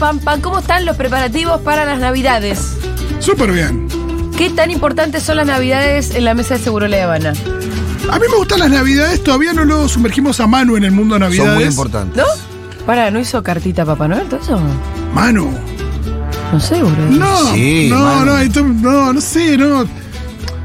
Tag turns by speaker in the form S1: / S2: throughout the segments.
S1: Pan Pan, ¿cómo están los preparativos para las Navidades?
S2: Súper bien.
S1: ¿Qué tan importantes son las Navidades en la mesa de Seguro La Habana?
S2: A mí me gustan las navidades, todavía no lo sumergimos a Manu en el mundo navidades.
S3: Son muy importantes.
S1: ¿No? Para, ¿no hizo cartita Papá Noel todo eso?
S2: Manu.
S1: No sé, boludo.
S2: No,
S3: Sí,
S2: no,
S3: Manu.
S2: no, esto- no, no sé, no.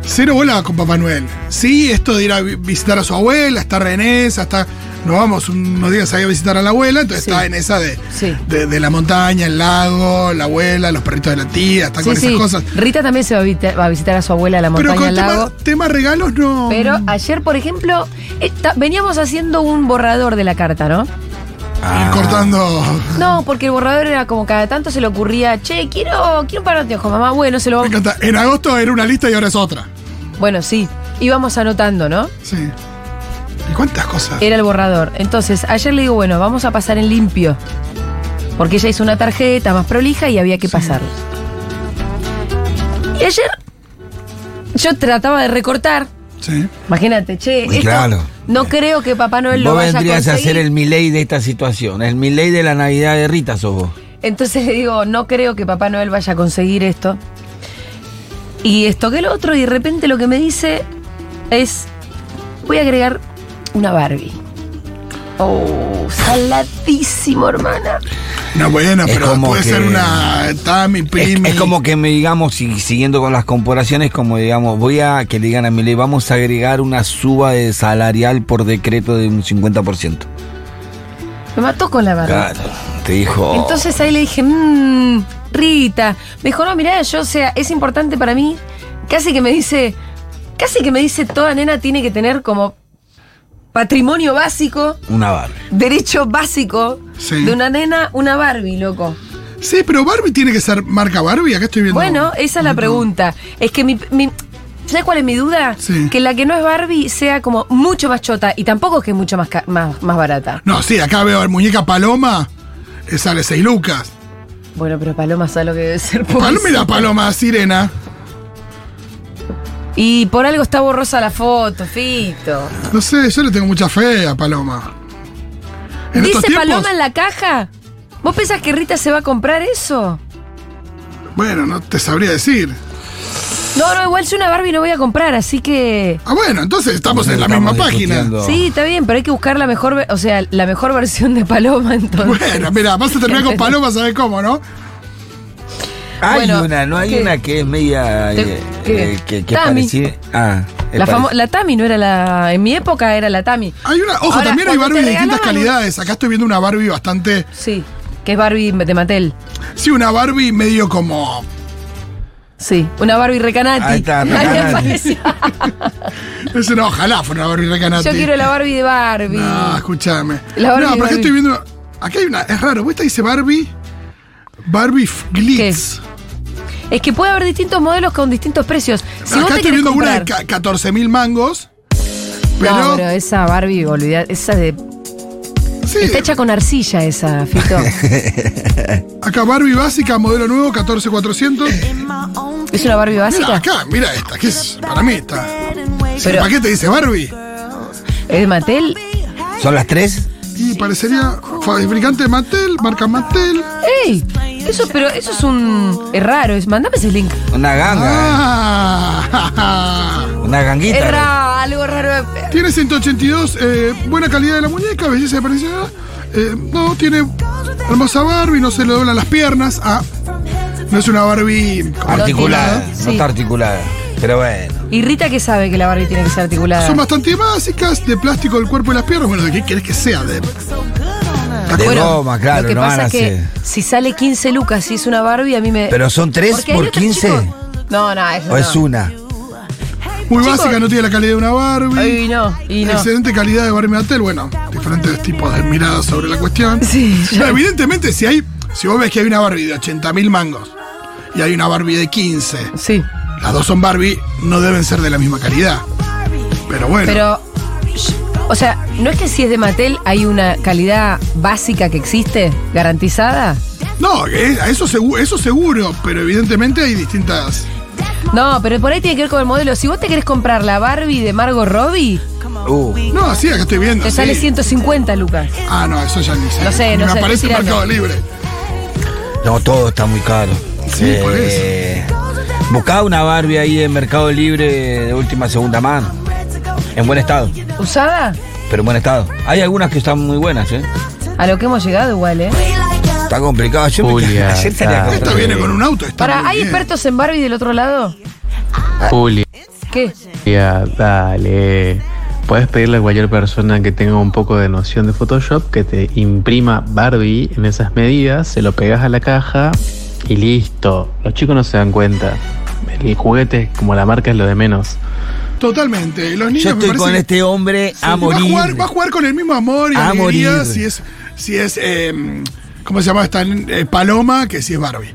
S2: Cero bola con Papá Noel. Sí, esto de ir a vi- visitar a su abuela, está re en esa, está. Nos vamos unos días ahí a visitar a la abuela, entonces
S1: Sí.
S2: está en esa de,
S1: Sí.
S2: de, de la montaña, el lago, la abuela, los perritos de la tía, está con esas cosas.
S1: Rita también se va a, vita- va a visitar a su abuela a la
S2: Pero
S1: montaña
S2: con
S1: al
S2: tema,
S1: lago.
S2: tema regalos no.
S1: Pero ayer, por ejemplo, esta- veníamos haciendo un borrador de la carta, ¿no?
S2: Ir cortando.
S1: No, porque el borrador era como cada tanto se le ocurría, che, quiero, quiero un par de anteojos, mamá. Bueno, se lo
S2: Me
S1: vamos.
S2: encanta. En agosto era una lista y ahora es otra.
S1: Bueno, sí, íbamos anotando, ¿no?
S2: Sí. ¿Y cuántas cosas?
S1: Era el borrador. Entonces, ayer le digo, bueno, vamos a pasar en limpio. Porque ella hizo una tarjeta más prolija y había que pasarla. Y ayer yo trataba de recortar.
S2: Sí.
S1: Imagínate, che,
S3: Muy
S1: esto
S3: claro.
S1: no creo que Papá Noel lo
S3: Vos
S1: vaya a
S3: vendrías a
S1: conseguir.
S3: ser el Milei de esta situación, el Milei de la Navidad de Rita sos vos.
S1: Entonces le digo, no creo que Papá Noel vaya a conseguir esto. Y esto que el otro, y de repente lo que me dice es, voy a agregar una Barbie. Oh, saladísimo, hermana.
S2: No, bueno,
S3: Es
S2: pero
S3: como
S2: puede
S3: que-
S2: ser una Tami,
S3: Es,
S2: Primi.
S3: es como que me digamos, y siguiendo con las comparaciones, como digamos, voy a que le digan a Milei, vamos a agregar una suba de salarial por decreto de un 50%.
S1: Me mató con la Barbie.
S3: Claro, Oh. te dijo.
S1: Entonces ahí le dije, mmm, Rita. Me dijo, no, mirá, yo, o sea, es importante para mí. Casi que me dice, casi que me dice, toda nena tiene que tener como patrimonio básico,
S3: una Barbie.
S1: derecho básico
S2: Sí.
S1: de una nena, una Barbie, loco.
S2: Sí, pero Barbie tiene que ser marca Barbie. Acá estoy viendo.
S1: Bueno, esa es la pregunta. Es que mi. mi- ¿Sabes cuál es mi duda?
S2: Sí.
S1: Que la que no es Barbie sea como mucho más chota y tampoco es que es mucho más, ca- más, más barata.
S2: No, sí, acá veo al muñeca Paloma. eh, sale 6 lucas.
S1: Bueno, pero Paloma sabe lo que debe ser. pues.
S2: Paloma y la Paloma Sirena.
S1: Y por algo está borrosa la foto, Fito.
S2: No sé, yo le tengo mucha fe a Paloma. En estos
S1: ¿Dice
S2: tiempos-
S1: Paloma en la caja? ¿Vos pensás que Rita se va a comprar eso?
S2: Bueno, no te sabría decir.
S1: No, no, igual yo una Barbie no voy a comprar, así que.
S2: Ah, bueno, entonces estamos en la
S3: Estamos
S2: misma página.
S3: discutiendo.
S1: Sí, está bien, pero hay que buscar la mejor, ve- o sea, la mejor versión de Paloma entonces.
S2: Bueno, mira, vas a terminar con Paloma, ¿sabes cómo, no?
S3: Hay
S1: Bueno,
S3: una, no hay
S1: ¿qué?
S3: una que es media.
S1: Te-
S3: eh,
S1: ¿qué?
S3: eh, que, que
S1: Tami.
S3: parecida- Ah, es
S1: La, famo-
S3: parecida.
S1: la Tami no era la. En mi época era la Tami.
S2: Hay una, ojo,
S1: Ahora,
S2: también hay
S1: cuando te
S2: Barbie de distintas
S1: regalaban-
S2: calidades. Acá estoy viendo una Barbie bastante.
S1: Sí, que es Barbie de Mattel.
S2: Sí, una Barbie medio como.
S1: Sí, una Barbie recanati.
S3: Ahí está,
S1: Ahí
S3: Recanati.
S1: apareció.
S2: Es una, ojalá fuera una Barbie recanati.
S1: Yo quiero la Barbie de Barbie.
S2: No, escúchame.
S1: La Barbie
S2: no, pero
S1: Barbie.
S2: acá estoy viendo. Acá hay una. Es raro, ¿vos esta dice Barbie? Barbie F- Glitz.
S1: Es que puede haber distintos modelos con distintos precios. Si vos
S2: acá
S1: te
S2: estoy
S1: querés
S2: viendo una
S1: comprar,
S2: de ca- 14.000 mangos. Pero.
S1: No, pero esa Barbie, olvidá, esa de.
S2: sí,
S1: Está hecha con arcilla esa, Fito.
S2: acá Barbie básica, modelo nuevo, 14.400.
S1: ¿Es una Barbie
S2: Mira,
S1: básica?
S2: acá, mira esta, que es para mí esta. Si
S1: Pero-
S2: el paquete dice Barbie.
S1: ¿Es de Mattel?
S3: ¿Son las tres?
S2: Y parecería fabricante Mattel, marca Mattel.
S1: ¡Ey! Eso, pero eso es un. Es raro, es, mandame ese link.
S3: Una
S1: eh.
S3: ganga.
S2: Ah, ja, ja.
S3: eh. Una ganguita.
S1: Es raro, algo raro.
S2: Tiene 182, eh, buena calidad de la muñeca, belleza de parecida. Eh, no, tiene hermosa Barbie, no se le doblan las piernas. Ah, no es una Barbie como
S1: No
S3: Articulada. No,
S1: tiene, sí.
S3: está articulada. Pero bueno.
S1: ¿Y Rita que sabe que la Barbie tiene que ser articulada?
S2: Son bastante básicas, de plástico el cuerpo y las piernas. Bueno, ¿de qué querés que sea? De-
S3: De goma, claro,
S1: Ah. lo que
S3: no
S1: pasa
S3: van a
S1: es que
S3: hacer.
S1: si sale 15 lucas y es una Barbie, a mí me.
S3: Pero son tres
S1: eh, Porque hay
S3: por
S1: otros
S3: 15
S1: chicos- No, no, eso
S3: o es
S1: no.
S3: una.
S2: Muy
S1: Chicos.
S2: básica, no tiene la calidad de una Barbie.
S1: Y no, y no.
S2: Excelente calidad de Barbie Mattel. Bueno, diferentes tipos de miradas sobre la cuestión.
S1: Sí,
S2: No, evidentemente, si hay, si vos ves que hay una Barbie de 80.000 mangos y hay una Barbie de 15,
S1: Sí.
S2: Las dos son Barbie, no deben ser de la misma calidad. Pero bueno,
S1: Pero, o sea, ¿no es que si es de Mattel hay una calidad básica que existe, garantizada?
S2: no, eh, eso seguro, eso seguro, pero evidentemente hay distintas.
S1: No, pero por ahí tiene que ver con el modelo. Si vos te querés comprar la Barbie de Margot Robbie,
S3: Uh,
S2: No, sí, acá estoy viendo.
S1: te
S2: sí.
S1: sale 150 lucas.
S2: Ah, no, eso ya ni sé.
S1: No sé,
S2: Ni
S1: no
S2: me
S1: sé,
S2: aparece
S1: estoy
S2: en Mercado Libre.
S3: No, todo está muy caro.
S2: Sí, por
S3: buscá una Barbie ahí en Mercado Libre de última segunda mano. En buen estado,
S1: ¿Usada?
S3: pero en buen estado. Hay algunas que están muy buenas, ¿eh?
S1: A lo que hemos llegado igual, ¿eh?
S3: Está complicado. Yo me-
S4: Julia,
S3: ayer salí a
S4: está.
S3: comprar-
S2: Esta viene con un auto, está
S1: Para,
S2: muy
S1: ¿hay
S2: bien.
S1: expertos en Barbie del otro lado? Ah.
S4: Julia,
S1: ¿Qué?
S4: dale. Puedes pedirle a cualquier persona que tenga un poco de noción de Photoshop que te imprima Barbie en esas medidas, se lo pegas a la caja y listo. Los chicos no se dan cuenta. El juguete, como la marca, es lo de menos.
S2: Totalmente. Los niños
S3: Yo
S2: me
S3: estoy
S2: parece
S3: con
S2: que-
S3: este hombre
S2: va
S3: a morir.
S2: jugar, va a jugar con el mismo amor y
S3: A
S2: alegría
S3: morir.
S2: si es, si es eh, ¿cómo se llama esta eh, paloma? que si es Barbie.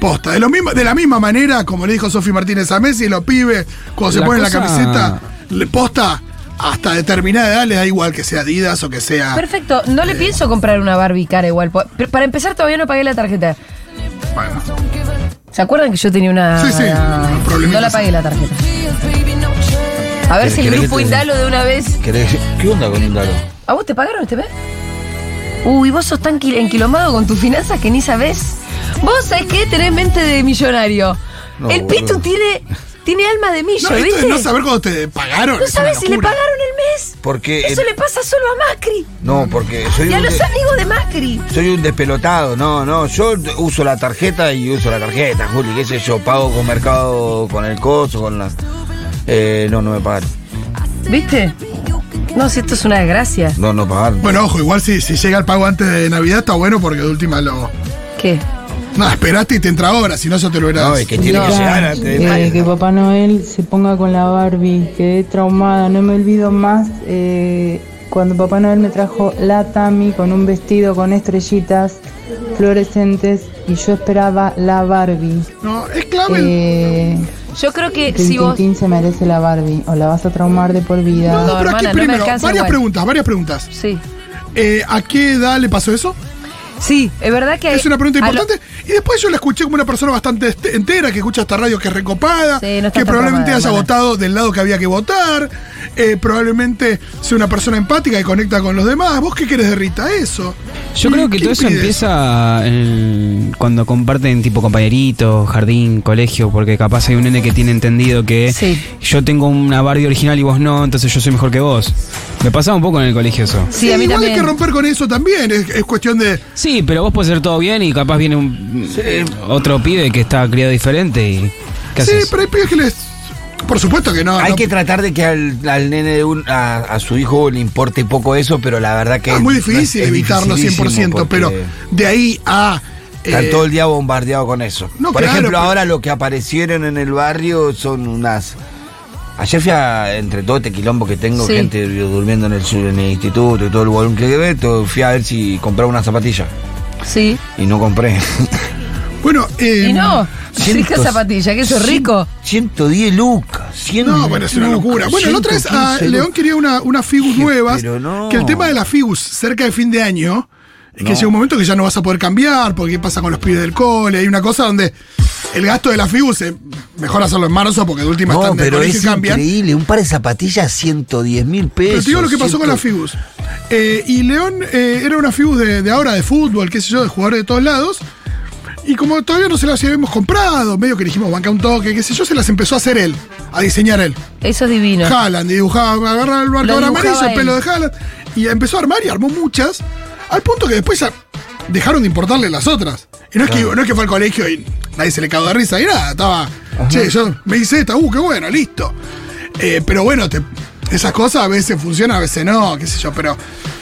S2: Posta. De, lo mismo, de la misma manera, como le dijo Sofi Martínez a Messi, los pibes, cuando se
S3: La
S2: ponen la
S3: cosa-
S2: camiseta, le- posta, hasta determinada edad les da igual que sea Adidas o que sea.
S1: Perfecto, no le pienso comprar una Barbie cara igual. po- pero Para empezar, todavía no pagué la tarjeta.
S2: Bueno,
S1: ¿Se acuerdan que yo tenía una.? Ah,
S2: Sí, sí, un problemita,
S1: No la
S2: sí.
S1: pagué la tarjeta. A ver
S3: ¿Querés-
S1: si el
S3: querés que
S1: grupo
S3: te-
S1: Indalo de una vez.
S3: ¿Querés- ¿Qué onda con un daro?
S1: ¿A vos te pagaron este mes? Uy, vos sos tan qui- enquilomado con tus finanzas que ni sabés. Vos sabés que tenés mente de millonario.
S3: No,
S1: el Pitu
S3: boludo.
S1: tiene, tiene alma de millo,
S2: no, esto
S1: ¿viste?
S2: de no saber cuándo te pagaron.
S1: No
S2: es una
S1: sabés si le
S2: locura.
S1: pagaron el mes.
S3: Porque.
S1: Eso
S3: eh,
S1: le pasa solo a Macri
S3: No, porque soy
S1: y a
S3: un
S1: los
S3: de-
S1: amigos de Macri.
S3: Soy un despelotado, no, no, yo uso la tarjeta y uso la tarjeta, Juli, qué sé yo, pago con mercado, con el coso, con las... Eh, no, no me pagaron,
S1: ¿Viste? No, si esto es una desgracia.
S3: no, no pagaron.
S2: Bueno, ojo, igual si, si llega el pago antes de Navidad está bueno porque de última lo.
S1: ¿Qué?
S2: Nada, esperaste y te entra ahora, si no, eso te lo verás.
S3: No, es que tiene
S1: No.
S3: que llegar antes de
S5: Eh, que
S3: Navidad.
S5: Papá Noel se ponga con la Barbie, quedé traumada, no me olvido más eh, cuando Papá Noel me trajo la Tami con un vestido con estrellitas fluorescentes y yo esperaba la Barbie.
S2: No, es clave. el-
S5: Eh,
S1: Yo creo que
S5: Tin
S1: si
S5: Tin
S1: vos.
S5: Tin se merece la Barbie o la vas a traumar de por vida.
S2: No,
S1: No,
S2: pero aquí
S1: hermana, no me
S2: primero, varias
S1: alcanza igual.
S2: preguntas, varias preguntas.
S1: Sí.
S2: Eh, ¿A qué edad le pasó eso?
S1: Sí, es verdad que.
S2: Es una pregunta
S1: a lo-
S2: importante. Y después yo la escuché como una persona bastante est- entera, que escucha esta radio que es recopada,
S1: Sí, no está
S2: que
S1: tan
S2: probablemente
S1: traumada,
S2: haya
S1: hermana.
S2: votado del lado que había que votar, eh, probablemente sea una persona empática que conecta con los demás. ¿Vos qué querés de Rita? Eso.
S6: Yo
S2: ¿Y
S6: creo que
S2: qué
S6: todo eso
S2: pide?
S6: empieza en- cuando comparten tipo compañerito, jardín, colegio, porque capaz hay un nene que tiene entendido que
S1: Sí.
S6: yo tengo una Barbie original y vos no, entonces yo soy mejor que vos. Me pasaba un poco en el colegio eso.
S1: Sí, a mí
S2: igual
S1: también.
S2: hay que romper con eso también. Es, es cuestión de.
S6: Sí, pero vos podés hacer todo bien y capaz viene un, eh, otro pibe que está criado diferente y ¿qué
S2: sí,
S6: haces?
S2: pero hay pibes que les. Por supuesto que no.
S3: Hay
S2: no-
S3: que tratar de que al, al nene de un, a, a su hijo le importe poco eso, pero la verdad que...
S2: es Ah, muy difícil
S3: es
S2: evitarlo
S3: dificilísimo
S2: 100%,
S3: porque
S2: pero de ahí a.
S3: Están
S2: eh,
S3: todo el día bombardeados con eso.
S2: No,
S3: Por
S2: claro,
S3: ejemplo,
S2: pero-
S3: ahora lo que aparecieron en el barrio son unas... Ayer fui a, entre todo este quilombo que tengo,
S1: Sí.
S3: gente durmiendo en el, sur- en el instituto y todo el volumen que ve, todo, fui a ver si compraba una zapatilla.
S1: Sí.
S3: Y no compré.
S2: Bueno, eh,
S1: Y no, rica
S3: Cientos-
S1: zapatilla, que eso es
S3: cien-
S1: rico.
S3: 110 lucas. 100
S2: No, bueno, es una
S3: lucas,
S2: locura. Bueno, la otra vez a
S3: 115
S2: León quería una, una Figus
S3: Sí,
S2: nuevas.
S3: pero no.
S2: Que el tema de las Figus cerca de fin de año, es que
S3: No.
S2: llega un momento que ya no vas a poder cambiar, porque qué pasa con los pibes del cole, hay una cosa donde el gasto de las Figus, eh, mejor hacerlo en marzo, porque de última
S3: No,
S2: están de
S3: pero
S2: colegio
S3: es
S2: y cambian.
S3: increíble. Un par de zapatillas, 110 mil pesos.
S2: Pero te digo lo que pasó con las
S3: 100.
S2: Figus. Eh, y León eh, era una Figus de, de ahora, de fútbol, qué sé yo, de jugadores de todos lados. Y como todavía no se las habíamos comprado, medio que dijimos banca un toque, qué sé yo, se las empezó a hacer él, a diseñar él.
S1: Eso es divino.
S2: Haaland y dibujaba, agarraba el marcador
S1: Lo dibujaba
S2: amarillo, el
S1: él.
S2: pelo de Haaland. Y empezó a armar y armó muchas, al punto que después ya dejaron de importarle las otras. Y no es, que, no es que fue al colegio y nadie se le cagó de risa y nada, estaba. Che, yo me hice esta, uh, qué bueno, listo. Eh, pero bueno, te- esas cosas a veces funcionan, a veces no, qué sé yo, pero.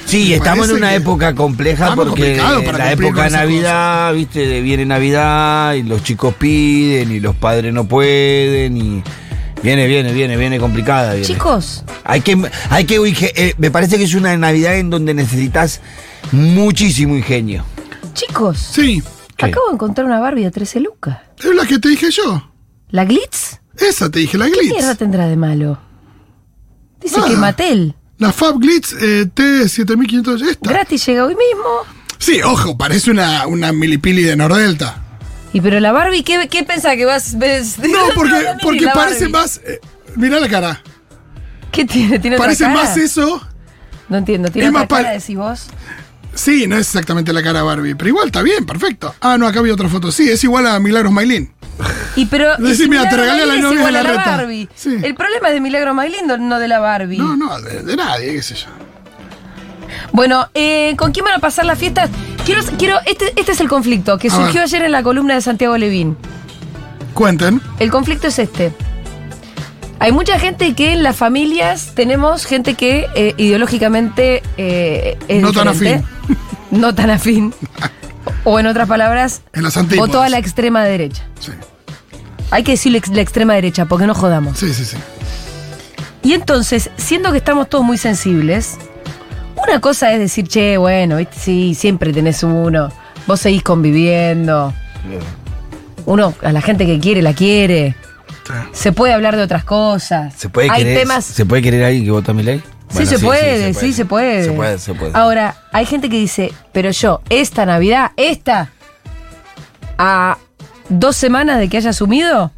S3: Sí,
S2: me
S3: estamos en
S2: parece
S3: una
S2: que-
S3: época compleja
S2: Estamos
S3: porque
S2: complicados para
S3: la
S2: cumplir con
S3: época de
S2: esas
S3: Navidad, viste, de- viene Navidad y los chicos piden y los padres no pueden y viene, viene, viene, viene complicada. viene.
S1: Chicos,
S3: Hay que, hay que, uige- eh, me parece que es una Navidad en donde necesitas muchísimo ingenio.
S1: chicos,
S2: Sí,
S3: ¿Qué?
S1: acabo de encontrar una Barbie de 13 lucas.
S2: es la que te dije yo.
S1: ¿La Glitz?
S2: Esa te dije, la
S1: ¿Qué mierda
S2: Glitz. Ah.
S1: tendrá de malo? Dice
S2: Nada.
S1: que Mattel.
S2: La Fab Glitz eh, T7500, esta.
S1: Gratis llega hoy mismo.
S2: sí, ojo, parece una, una milipili de Nordelta.
S1: Y pero la Barbie, ¿qué, qué pensás que vas ves?
S2: No, porque,
S1: ni
S2: porque
S1: la
S2: parece
S1: Barbie.
S2: más. eh, mirá la cara.
S1: ¿Qué tiene? ¿Tiene otra
S2: Parece
S1: cara?
S2: más eso.
S1: No entiendo, tiene
S2: es
S1: otra
S2: más
S1: cara,
S2: pal-
S1: decís vos.
S2: Sí, no es exactamente la cara de Barbie, pero igual está bien, perfecto. Ah, no, acá había otra foto. Sí, es igual a Milagros Maylin.
S1: Y pero.
S2: Decís,
S1: y si
S2: mira, te
S1: Milagro
S2: regalé la
S1: Maylin es
S2: novia de
S1: igual
S2: la
S1: a
S2: reta.
S1: Barbie.
S2: Sí.
S1: El problema es de Milagro más lindo, no de la Barbie.
S2: No, no, de, de nadie, qué sé yo.
S1: Bueno, eh, ¿con quién van a pasar las fiestas? Quiero, quiero, este, este es el conflicto que
S2: A
S1: surgió
S2: ver.
S1: ayer en la columna de Santiago Levín.
S2: Cuenten.
S1: El conflicto es este. Hay mucha gente que en las familias tenemos gente que eh, ideológicamente eh, es
S2: No tan
S1: diferente. No tan afín. O en otras palabras,
S2: En las antípodas.
S1: o toda la extrema derecha.
S2: Sí,
S1: Hay que decir la extrema derecha, porque no jodamos.
S2: sí, sí. sí.
S1: Y entonces, siendo que estamos todos muy sensibles, una cosa es decir, che, bueno, ¿viste? sí, siempre tenés uno, vos seguís conviviendo. Uno, a la gente que quiere, la quiere.
S2: Sí.
S1: Se puede hablar de otras cosas.
S3: ¿Se puede,
S1: Hay
S3: querer,
S1: temas.
S3: ¿Se puede querer a alguien que vota a mi ley?
S1: sí, se puede, sí, se puede.
S3: Se puede, se puede.
S1: Ahora, hay gente que dice, pero yo, esta Navidad, esta, a dos semanas de que haya asumido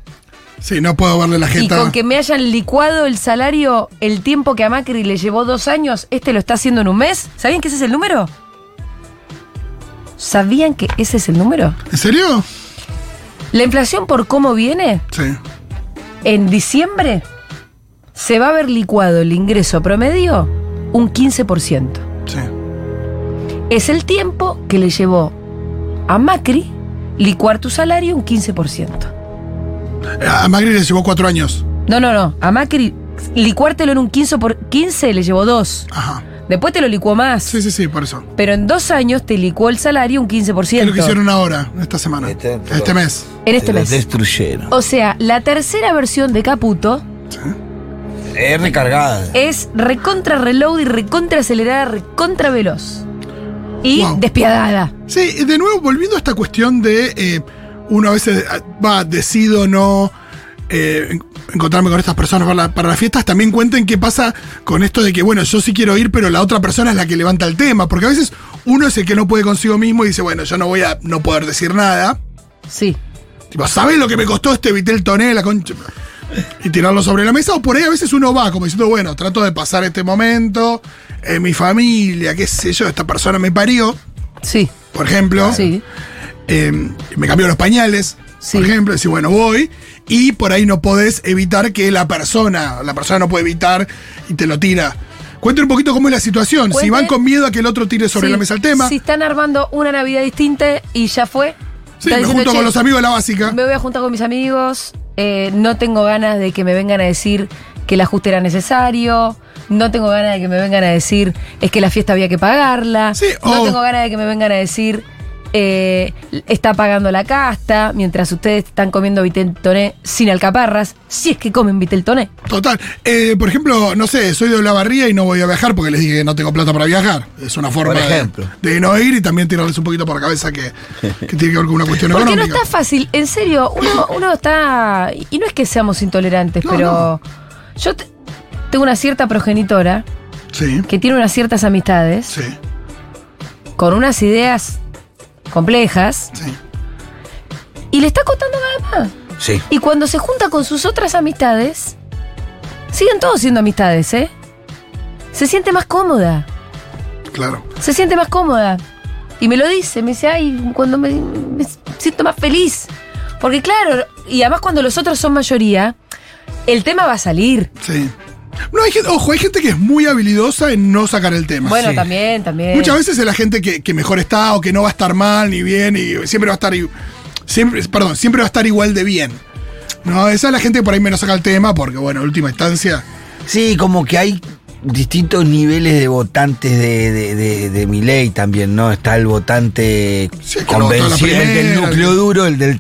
S2: Sí, no puedo verle la
S1: y
S2: jeta.
S1: con que me hayan licuado el salario el tiempo que a Macri le llevó dos años, este lo está haciendo en un mes. ¿Sabían que ese es el número? ¿Sabían que ese es el número?
S2: ¿En serio?
S1: La inflación por cómo viene,
S2: Sí.
S1: en diciembre se va a haber licuado el ingreso promedio un 15%.
S2: Sí.
S1: Es el tiempo que le llevó a Macri licuar tu salario un 15%.
S2: Eh, A Magri le llevó cuatro años.
S1: No, no, no. A Macri licuártelo en un 15%, por 15 le llevó dos.
S2: Ajá.
S1: Después te lo licuó más.
S2: Sí, sí, sí, por eso.
S1: Pero en dos años te licuó el salario un
S2: Es lo que
S1: 15%.
S2: hicieron ahora, esta semana.
S3: Este-
S2: Este mes.
S1: En este
S3: Te la
S1: mes.
S3: destruyeron.
S1: O sea, la tercera versión de Caputo
S3: Es recargada.
S1: es recontra reload y recontra acelerada, recontra veloz. Y
S2: Wow.
S1: despiadada.
S2: Sí, y de nuevo, volviendo a esta cuestión de eh, uno a veces ah, va, decido no eh, en- encontrarme con estas personas para, la- para las fiestas, también cuenten qué pasa con esto de que, bueno, yo sí quiero ir, pero la otra persona es la que levanta el tema, porque a veces uno es el que no puede consigo mismo y dice, bueno, yo no voy a no poder decir nada.
S1: Sí.
S2: Tipo, ¿sabés lo que me costó este Vitel Toné, la concha? Y tirarlo sobre la mesa, o por ahí a veces uno va como diciendo, bueno, trato de pasar este momento, en mi familia, qué sé yo, esta persona me parió,
S1: Sí.
S2: por ejemplo.
S1: Sí.
S2: Eh, me cambió los pañales,
S1: Sí.
S2: por ejemplo, decís, bueno, voy, y por ahí no podés evitar que la persona, la persona no puede evitar y te lo tira. Cuéntame un poquito cómo es la situación, si
S1: Cuenten.
S2: van con miedo a que el otro tire sobre
S1: Sí.
S2: la mesa el tema,
S1: Si
S2: sí,
S1: están armando una Navidad distinta y ya fue. está
S2: me
S1: diciendo,
S2: junto
S1: "Che,
S2: con los amigos de la básica.
S1: Me voy a juntar con mis amigos. eh, no tengo ganas de que me vengan a decir que el ajuste era necesario. No tengo ganas de que me vengan a decir es que la fiesta había que pagarla.
S2: Sí,
S1: No
S2: o-
S1: tengo ganas de que me vengan a decir eh, está pagando la casta mientras ustedes están comiendo viteltoné sin alcaparras. Si es que comen viteltoné.
S2: Total. Eh, por ejemplo, no sé, soy de Olavarría y no voy a viajar porque les dije que no tengo plata para viajar. Es una forma de-
S3: ejemplo.
S2: De, no ir y también tirarles un poquito por la cabeza que, que tiene que ver con una cuestión
S1: Porque no
S2: económica.
S1: está fácil, en serio, uno, uno está. Y no es que seamos intolerantes,
S2: No,
S1: pero yo te- tengo una cierta progenitora
S2: Sí,
S1: que tiene unas ciertas amistades.
S2: sí,
S1: con unas ideas complejas
S2: sí.
S1: y le está contando nada más.
S3: Sí.
S1: Y cuando se junta con sus otras amistades, siguen todos siendo amistades, ¿eh? Se siente más cómoda,
S2: Claro.
S1: se siente más cómoda. Y me lo dice, me dice, ay, cuando me, me siento más feliz. Porque claro, y además cuando los otros son mayoría, el tema va a salir.
S2: Sí. No, hay gente, ojo, hay gente que es muy habilidosa en no sacar el tema.
S1: Bueno,
S3: Sí.
S1: también, eh, también.
S2: Muchas veces es la gente que, que mejor está o que no va a estar mal ni bien y siempre va a estar i- siempre, perdón, siempre va a estar igual de bien. No, esa es la gente que por ahí menos saca el tema porque bueno, en última instancia.
S3: Sí, como que hay distintos niveles de votantes de, de, de, de mi ley también, ¿no? Está el votante
S2: Sí, que lo votó la
S3: convencido, el del
S2: primera.
S3: núcleo duro, el del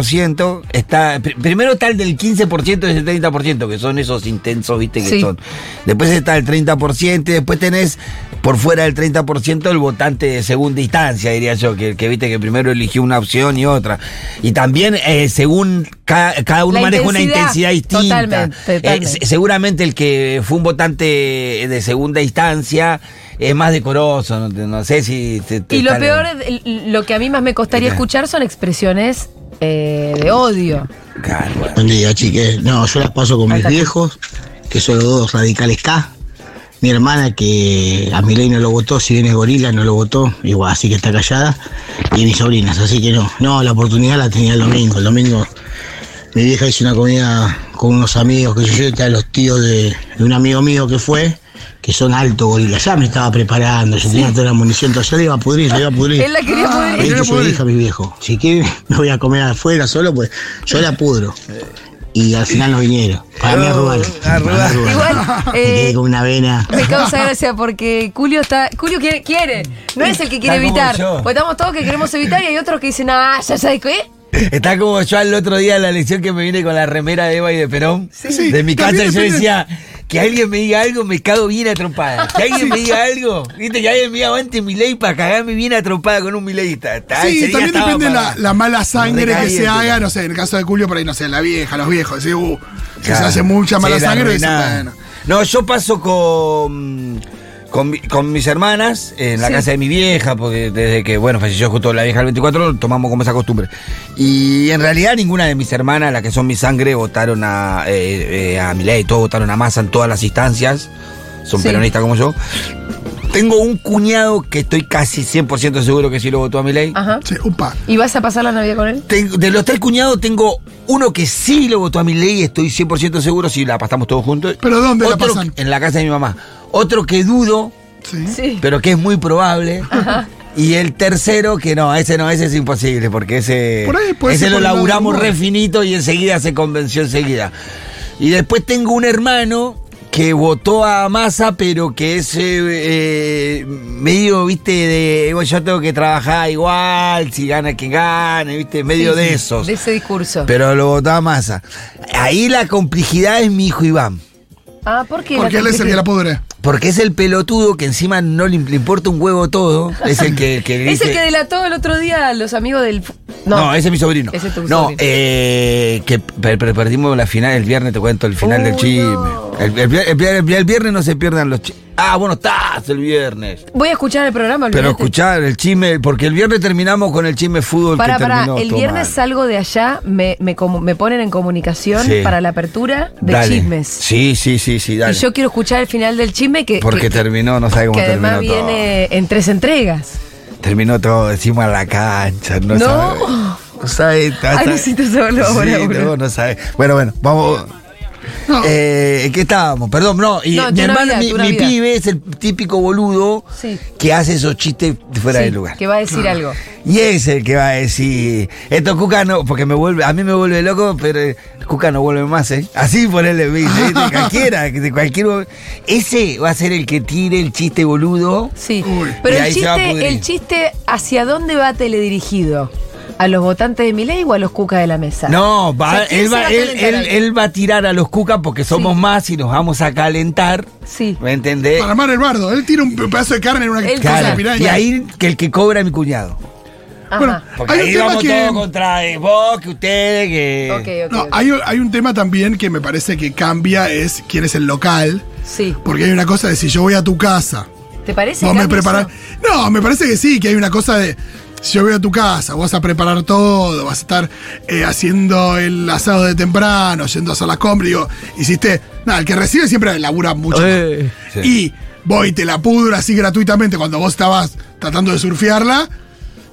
S3: 30%. Está, pr- primero está el del 15% y el 30%, que son esos intensos, ¿viste? Que
S1: Sí.
S3: son. Después está el 30%, y después tenés por fuera del 30% el votante de segunda instancia, diría yo, que, que viste que primero eligió una opción y otra. Y también eh, según ca- cada uno
S1: La
S3: maneja una
S1: intensidad,
S3: intensidad distinta.
S1: totalmente,
S3: Eh,
S1: totalmente.
S3: se- seguramente el que fue un votante de segunda instancia es más decoroso, no, te- no sé si... te- te
S1: Y lo
S3: están-
S1: peor, es- lo que a mí más me costaría
S3: Mira.
S1: escuchar son expresiones eh, de odio.
S3: Claro, bueno.
S7: Buen día, chiques. No, yo las paso con mis viejos, que son los dos radicales K. mi hermana que a mi ley no lo votó, si bien es gorila, no lo votó, igual, así que está callada, y mis sobrinas, así que no, no, la oportunidad la tenía el domingo, el domingo mi vieja hizo una comida con unos amigos, que yo, yo estaba los tíos de, de un amigo mío que fue, que son altos gorilas, ya me estaba preparando, yo tenía toda la munición, entonces yo le iba a pudrir, le iba a pudrir.
S1: Él la quería
S2: Ah,
S1: poder.
S7: Ahí
S2: Yo
S7: que
S2: no
S7: yo
S2: puedo
S7: le
S2: ir.
S7: dije a mi viejo, si quieren me voy a comer afuera solo, pues yo la pudro. Y al final no vinieron. Para mí
S2: Oh,
S7: arrugaron.
S2: ah,
S7: Para mí
S1: Igual,
S7: arrugaron.
S1: eh,
S7: Me quedé con una avena.
S1: Me causa gracia porque Julio está. Julio quiere, quiere, no es el que quiere
S3: Está como
S1: evitar.
S3: yo.
S1: Porque estamos todos que queremos evitar y hay otros que dicen, ah, ya sabes qué.
S3: Está como yo al otro día en la lección que me vine con la remera de Eva y de Perón.
S2: Sí,
S3: de mi casa
S2: también
S3: yo
S2: depende-
S3: decía, que alguien me diga algo, me cago bien atropada. Que alguien me diga algo, viste, que alguien me diga aguante mi ley para cagarme bien atropada con un mileísta.
S2: Sí, también depende la, la mala sangre que se haga, no sé, en el caso de Julio, por ahí, no sé, la vieja, los viejos, decís, uh, que se hace mucha mala sangre y
S3: y
S2: dice, bueno.
S3: No, yo paso con, con, mi- con mis hermanas en la
S1: Sí.
S3: casa de mi vieja, porque desde que, bueno, falleció justo la vieja del 24, tomamos como esa costumbre. Y en realidad ninguna de mis hermanas, las que son mi sangre, votaron a, eh, eh, a Milei, todos votaron a Massa en todas las instancias. Son
S1: Sí.
S3: peronistas como yo. Tengo un cuñado que estoy casi 100% seguro que sí lo votó a Milei.
S1: Ajá.
S2: Sí, upa.
S1: ¿Y vas a pasar la Navidad con él?
S3: Tengo- de los tres cuñados tengo uno que sí lo votó a mi ley, estoy 100% seguro si la pasamos todos juntos.
S2: ¿Pero dónde la
S3: Otro
S2: pasan?
S3: que- En la casa de mi mamá. Otro que dudo,
S2: Sí.
S1: Sí.
S3: pero que es muy probable. Y el tercero que no, ese no, ese es imposible, porque ese,
S2: Por ahí puede
S3: ese
S2: ser
S3: lo
S2: por el lado
S3: laburamos
S2: del humor.
S3: re finito y enseguida se convenció enseguida. Y después tengo un hermano que votó a Massa, pero que es eh, eh, medio, viste, de "Bueno, yo tengo que trabajar igual, si gana quien gane, viste, medio
S1: Sí,
S3: de
S1: sí,
S3: esos.
S1: De ese discurso.
S3: Pero lo votaba Massa. Ahí la complejidad es mi hijo Iván.
S1: ah, ¿por qué?
S2: Porque él es el que la pudre.
S3: Porque es el pelotudo que encima no le, le importa un huevo todo. Es el que, el que
S1: Es el
S3: dice-
S1: que delató el otro día a los amigos del.
S3: No, ese es mi sobrino.
S1: Ese es tu
S3: no,
S1: sobrino.
S3: eh, que per- per- perdimos la final el viernes, te cuento el final del
S1: Uy,
S3: chisme.
S1: no.
S3: El, el- el- el- el viernes no se pierdan los chismes. Ah, bueno, estás el viernes.
S1: Voy a escuchar el programa,
S3: Pero
S1: olvídate.
S3: escuchar el chisme, porque el viernes terminamos con el chisme fútbol
S1: Pará,
S3: que
S1: pará,
S3: terminó
S1: el
S3: todo
S1: viernes
S3: mal.
S1: salgo de allá, me, me, comu- me ponen en comunicación
S3: Sí.
S1: para la apertura de
S3: Dale.
S1: chismes.
S3: Sí, sí, sí, sí, dale.
S1: Y yo quiero escuchar el final del chisme que,
S3: porque
S1: que-
S3: terminó, no sabe cómo
S1: que además
S3: terminó todo.
S1: viene en tres entregas.
S3: Terminó todo encima de la cancha. No,
S1: No.
S3: sabe. No sabe. no
S1: Ay,
S3: sabe.
S1: necesito saberlo ahora,
S3: Sí,
S1: boludo.
S3: no, no sabe. Bueno, bueno, vamos.
S2: No.
S3: Eh, ¿en ¿Qué estábamos? Perdón, no. Y
S1: No,
S3: mi
S1: tu
S3: hermano,
S1: Navidad,
S3: mi,
S1: tu
S3: mi
S1: Navidad.
S3: pibe es el típico boludo
S1: Sí.
S3: que hace esos chistes fuera
S1: Sí,
S3: de lugar.
S1: Que va a decir
S2: Ah.
S1: algo.
S3: Y es el que va a decir, esto Cuca no, porque me vuelve, a mí me vuelve loco, pero eh, Cuca no vuelve más, ¿eh? Así ponerle, ¿viste? De cualquiera, de cualquier... Ese va a ser el que tire el chiste boludo.
S1: Sí.
S2: Uy.
S1: Pero
S3: Y
S1: el
S3: ahí se va a
S1: chiste,
S3: pudrir.
S1: el chiste, ¿hacia dónde va teledirigido? ¿A los votantes de Milei o a los cuca de la mesa?
S3: No,
S1: O
S3: va,
S1: sea, ¿quién
S3: él,
S1: se
S3: va,
S1: a
S3: él,
S1: calentar
S3: él-
S1: ahí?
S3: él va a tirar a los cucas porque somos
S1: Sí.
S3: más y nos vamos a calentar.
S1: Sí.
S3: ¿Me entendés?
S2: Para armar el bardo. Él tira un pedazo de carne en una
S1: Él
S2: cosa de
S1: tira.
S3: Claro.
S2: piraña.
S3: Y ahí que el que cobra es mi cuñado.
S1: Ajá.
S2: Bueno,
S3: Porque
S2: hay un
S3: ahí
S2: tema
S3: vamos
S2: que.
S3: todos contra eh, vos, que ustedes, que.
S1: ok, ok.
S2: No, ah,
S1: ok.
S2: hay, hay un tema también que me parece que cambia es quién es el local.
S1: Sí.
S2: Porque hay una cosa de si yo voy a tu casa,
S1: ¿Te parece?
S2: vos me
S1: Cami, eso?
S2: preparás. No, me parece que sí, que hay una cosa de si yo voy a tu casa, vas a preparar todo, vas a estar eh, haciendo el asado de temprano, yendo a hacer las compras, digo, hiciste. Nada, el que recibe siempre labura mucho. más. Y voy, y te la pudro así gratuitamente cuando vos estabas tratando de surfearla,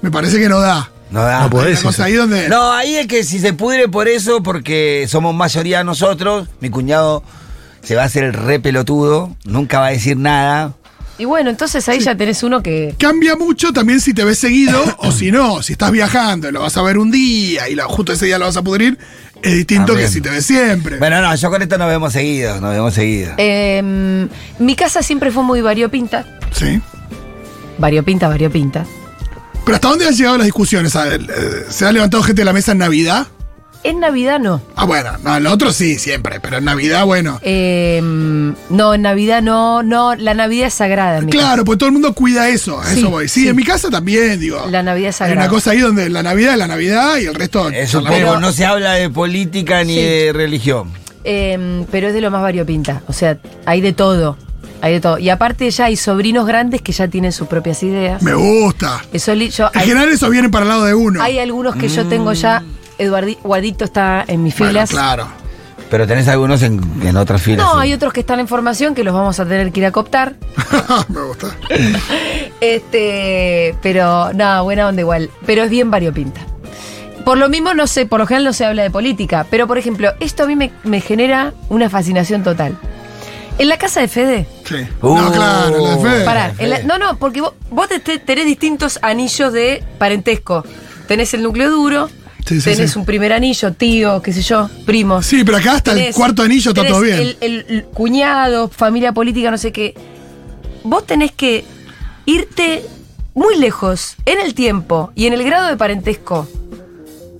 S2: me parece que no da.
S3: No da.
S2: Hay una cosa ahí donde.
S3: No, ahí es que si se pudre por eso, porque somos mayoría nosotros, mi cuñado se va a hacer el re pelotudo, nunca va a decir nada.
S1: Y bueno, entonces ahí ya tenés uno que.
S2: Cambia mucho también si te ves seguido o si no, si estás viajando, lo vas a ver un día y la- justo ese día lo vas a pudrir, es distinto
S3: También.
S2: que si te ves siempre.
S3: Bueno, no, yo con esto nos vemos seguidos, nos vemos seguidos.
S1: Eh, mi casa siempre fue muy variopinta.
S2: Sí.
S1: Variopinta, variopinta.
S2: Pero ¿hasta dónde han llegado las discusiones? A ver, eh, ¿Se ha levantado gente de la mesa en Navidad?
S1: En Navidad no.
S2: Ah, bueno, no, lo otro sí, siempre, pero en Navidad, bueno.
S1: Eh, no, en Navidad no. No, la Navidad es sagrada. en mi
S2: Claro, pues todo el mundo cuida eso, a
S1: Sí,
S2: eso voy. Sí,
S1: sí.
S2: en mi casa también, digo.
S1: La Navidad es
S2: Hay
S1: sagrada.
S2: una cosa ahí donde la Navidad es la Navidad y el resto.
S3: Es un
S2: charlamos.
S3: poco, no se habla de política ni
S1: Sí.
S3: de religión.
S1: Eh, pero es de lo más variopinta. O sea, hay de todo. Hay de todo. Y aparte ya hay sobrinos grandes que ya tienen sus propias ideas.
S2: Me gusta.
S1: Eso li- yo-
S2: En
S1: hay,
S2: general, eso viene para el lado de uno.
S1: hay algunos que yo tengo ya. Eduardi- Guadito está en mis
S2: Bueno,
S1: filas.
S2: claro.
S3: Pero tenés algunos en, en otras filas.
S1: No,
S3: sí.
S1: hay otros que están en formación que los vamos a tener que ir a cooptar.
S2: Me gusta.
S1: Este, pero nada, buena onda igual. Pero es bien variopinta. Por lo mismo, no sé, por lo general no se habla de política. Pero, por ejemplo, esto a mí me, me genera una fascinación total. En la casa de Fede.
S2: Sí.
S3: Uh,
S2: no, claro, la de Fede.
S1: Pará, en la-
S3: Fede.
S1: no, no, porque vos, vos te- te- tenés distintos anillos de parentesco. Tenés el núcleo duro,
S2: Sí, sí,
S1: tenés
S2: sí.
S1: un primer anillo, tío, qué sé yo, primos.
S2: Sí, pero acá hasta el
S1: Tenés-
S2: cuarto anillo está
S1: tenés
S2: todo bien.
S1: El, el cuñado, familia política, no sé qué. Vos tenés que irte muy lejos en el tiempo y en el grado de parentesco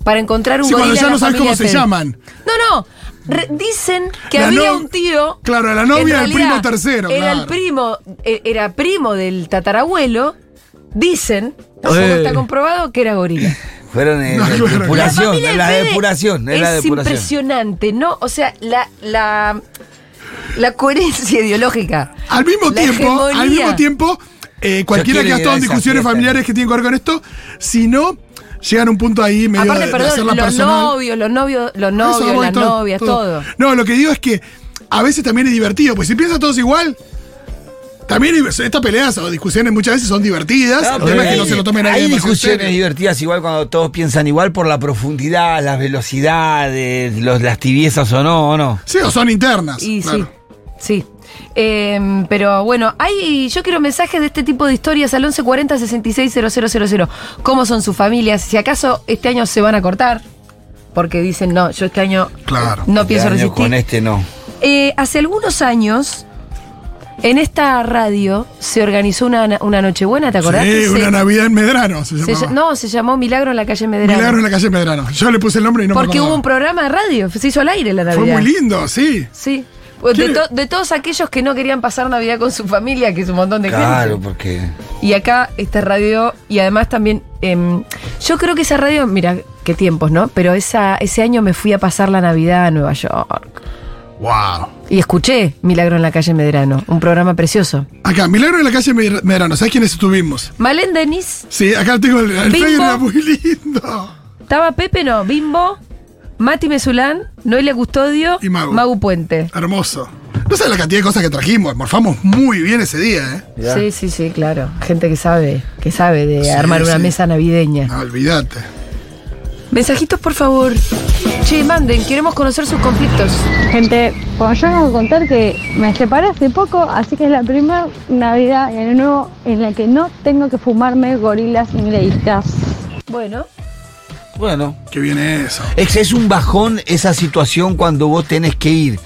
S1: para encontrar un
S2: Sí, cuando
S1: gorila en
S2: ya
S1: la
S2: no sabés
S1: familia
S2: cómo se
S1: Fede.
S2: llaman.
S1: No, no. re- dicen que
S2: La
S1: había
S2: no-
S1: un tío.
S2: Claro, la
S1: que en
S2: novia del
S1: realidad
S2: primo tercero,
S1: Era el
S2: claro.
S1: primo, e- era primo del tatarabuelo. Dicen, tampoco
S3: Eh.
S1: está comprobado, que era gorila.
S3: Fueron en
S2: No,
S3: en
S2: claro.
S1: La
S3: depuración,
S1: familia
S3: en
S1: de
S3: la
S1: Fede
S3: depuración,
S1: Es
S3: en la depuración.
S1: impresionante, ¿no? O sea, la, la, la coherencia ideológica.
S2: Al mismo
S1: La
S2: tiempo, al
S1: hegemonía.
S2: mismo tiempo, eh, cualquiera que
S3: quiero
S2: ha
S3: ir a
S2: estado en
S3: esa
S2: discusiones
S3: fiesta.
S2: familiares que tienen que ver con esto, si no, llegan a un punto ahí medio
S1: Aparte,
S2: de, de
S1: perdón,
S2: hacerla
S1: los
S2: personal.
S1: novios, los novios, los
S2: Eso,
S1: novios,
S2: voy,
S1: las
S2: todo,
S1: novias, todo.
S2: No, lo que digo es que a veces también es divertido, pues si piensan todos igual. También hay- estas peleas o discusiones muchas veces son divertidas.
S3: No,
S2: el
S3: pero
S2: tema es que
S3: hay-
S2: no se lo tomen ahí
S3: Hay
S2: demasiado en
S3: discusiones
S2: serio.
S3: divertidas igual cuando todos piensan igual por la profundidad, las velocidades, los, las tibiezas o no, o no.
S2: Sí, o son internas.
S1: Y
S2: claro.
S1: sí, sí. Eh, pero bueno, hay, yo quiero mensajes de este tipo de historias al 1140 000. ¿Cómo son sus familias? Si acaso este año se van a cortar, porque dicen, no, yo este año
S2: Claro.
S1: no pienso
S3: Este año
S1: resistir.
S3: Con este no.
S1: Eh, hace algunos años, en esta radio se organizó una, na- una Nochebuena, ¿te acordás?
S2: Sí,
S1: que se-
S2: una Navidad en Medrano se
S1: se
S2: llamaba.
S1: ll- no, se llamó Milagro en la calle Medrano.
S2: Milagro en la calle Medrano. Yo le puse el nombre y no me
S1: porque
S2: acordaba.
S1: hubo un programa de radio, se hizo al aire la Navidad.
S2: Fue muy lindo, sí.
S1: Sí. Pues De,
S2: ¿Qué?
S1: to- de todos aquellos que no querían pasar Navidad con su familia, que es un montón de
S3: Claro,
S1: gente.
S3: porque.
S1: Y acá esta radio, y además también, em, yo creo que esa radio, mira, qué tiempos, ¿no? Pero esa, ese año me fui a pasar la Navidad a Nueva York.
S2: Wow.
S1: Y escuché Milagro en la calle Medrano, un programa precioso.
S2: Acá, Milagro en la calle Med- Medrano. ¿Sabes quiénes estuvimos?
S1: Malén Denis,
S2: Sí, acá tengo el, el
S1: Bimbo.
S2: Facebook, era muy lindo.
S1: estaba Pepe, no, Bimbo, Mati Mesulán, Noelia Custodio
S2: Y Magu.
S1: Puente.
S2: Hermoso. No sabes la cantidad de cosas que trajimos. Morfamos muy bien ese día, ¿eh?
S3: Mirá.
S1: Sí, sí, sí, claro. Gente que sabe, que sabe de
S2: Sí,
S1: armar una
S2: sí.
S1: mesa navideña.
S2: No, Ah, olvídate.
S1: Mensajitos, por favor. Che, manden, queremos conocer sus conflictos.
S8: Gente, pues yo vengo a contar que me separé hace poco, así que es la primera Navidad y Año Nuevo en la que no tengo que fumarme gorilas ingleístas.
S1: Bueno,
S3: Bueno.
S2: Qué bien eso.
S3: Es, es un bajón esa situación cuando vos tenés que ir.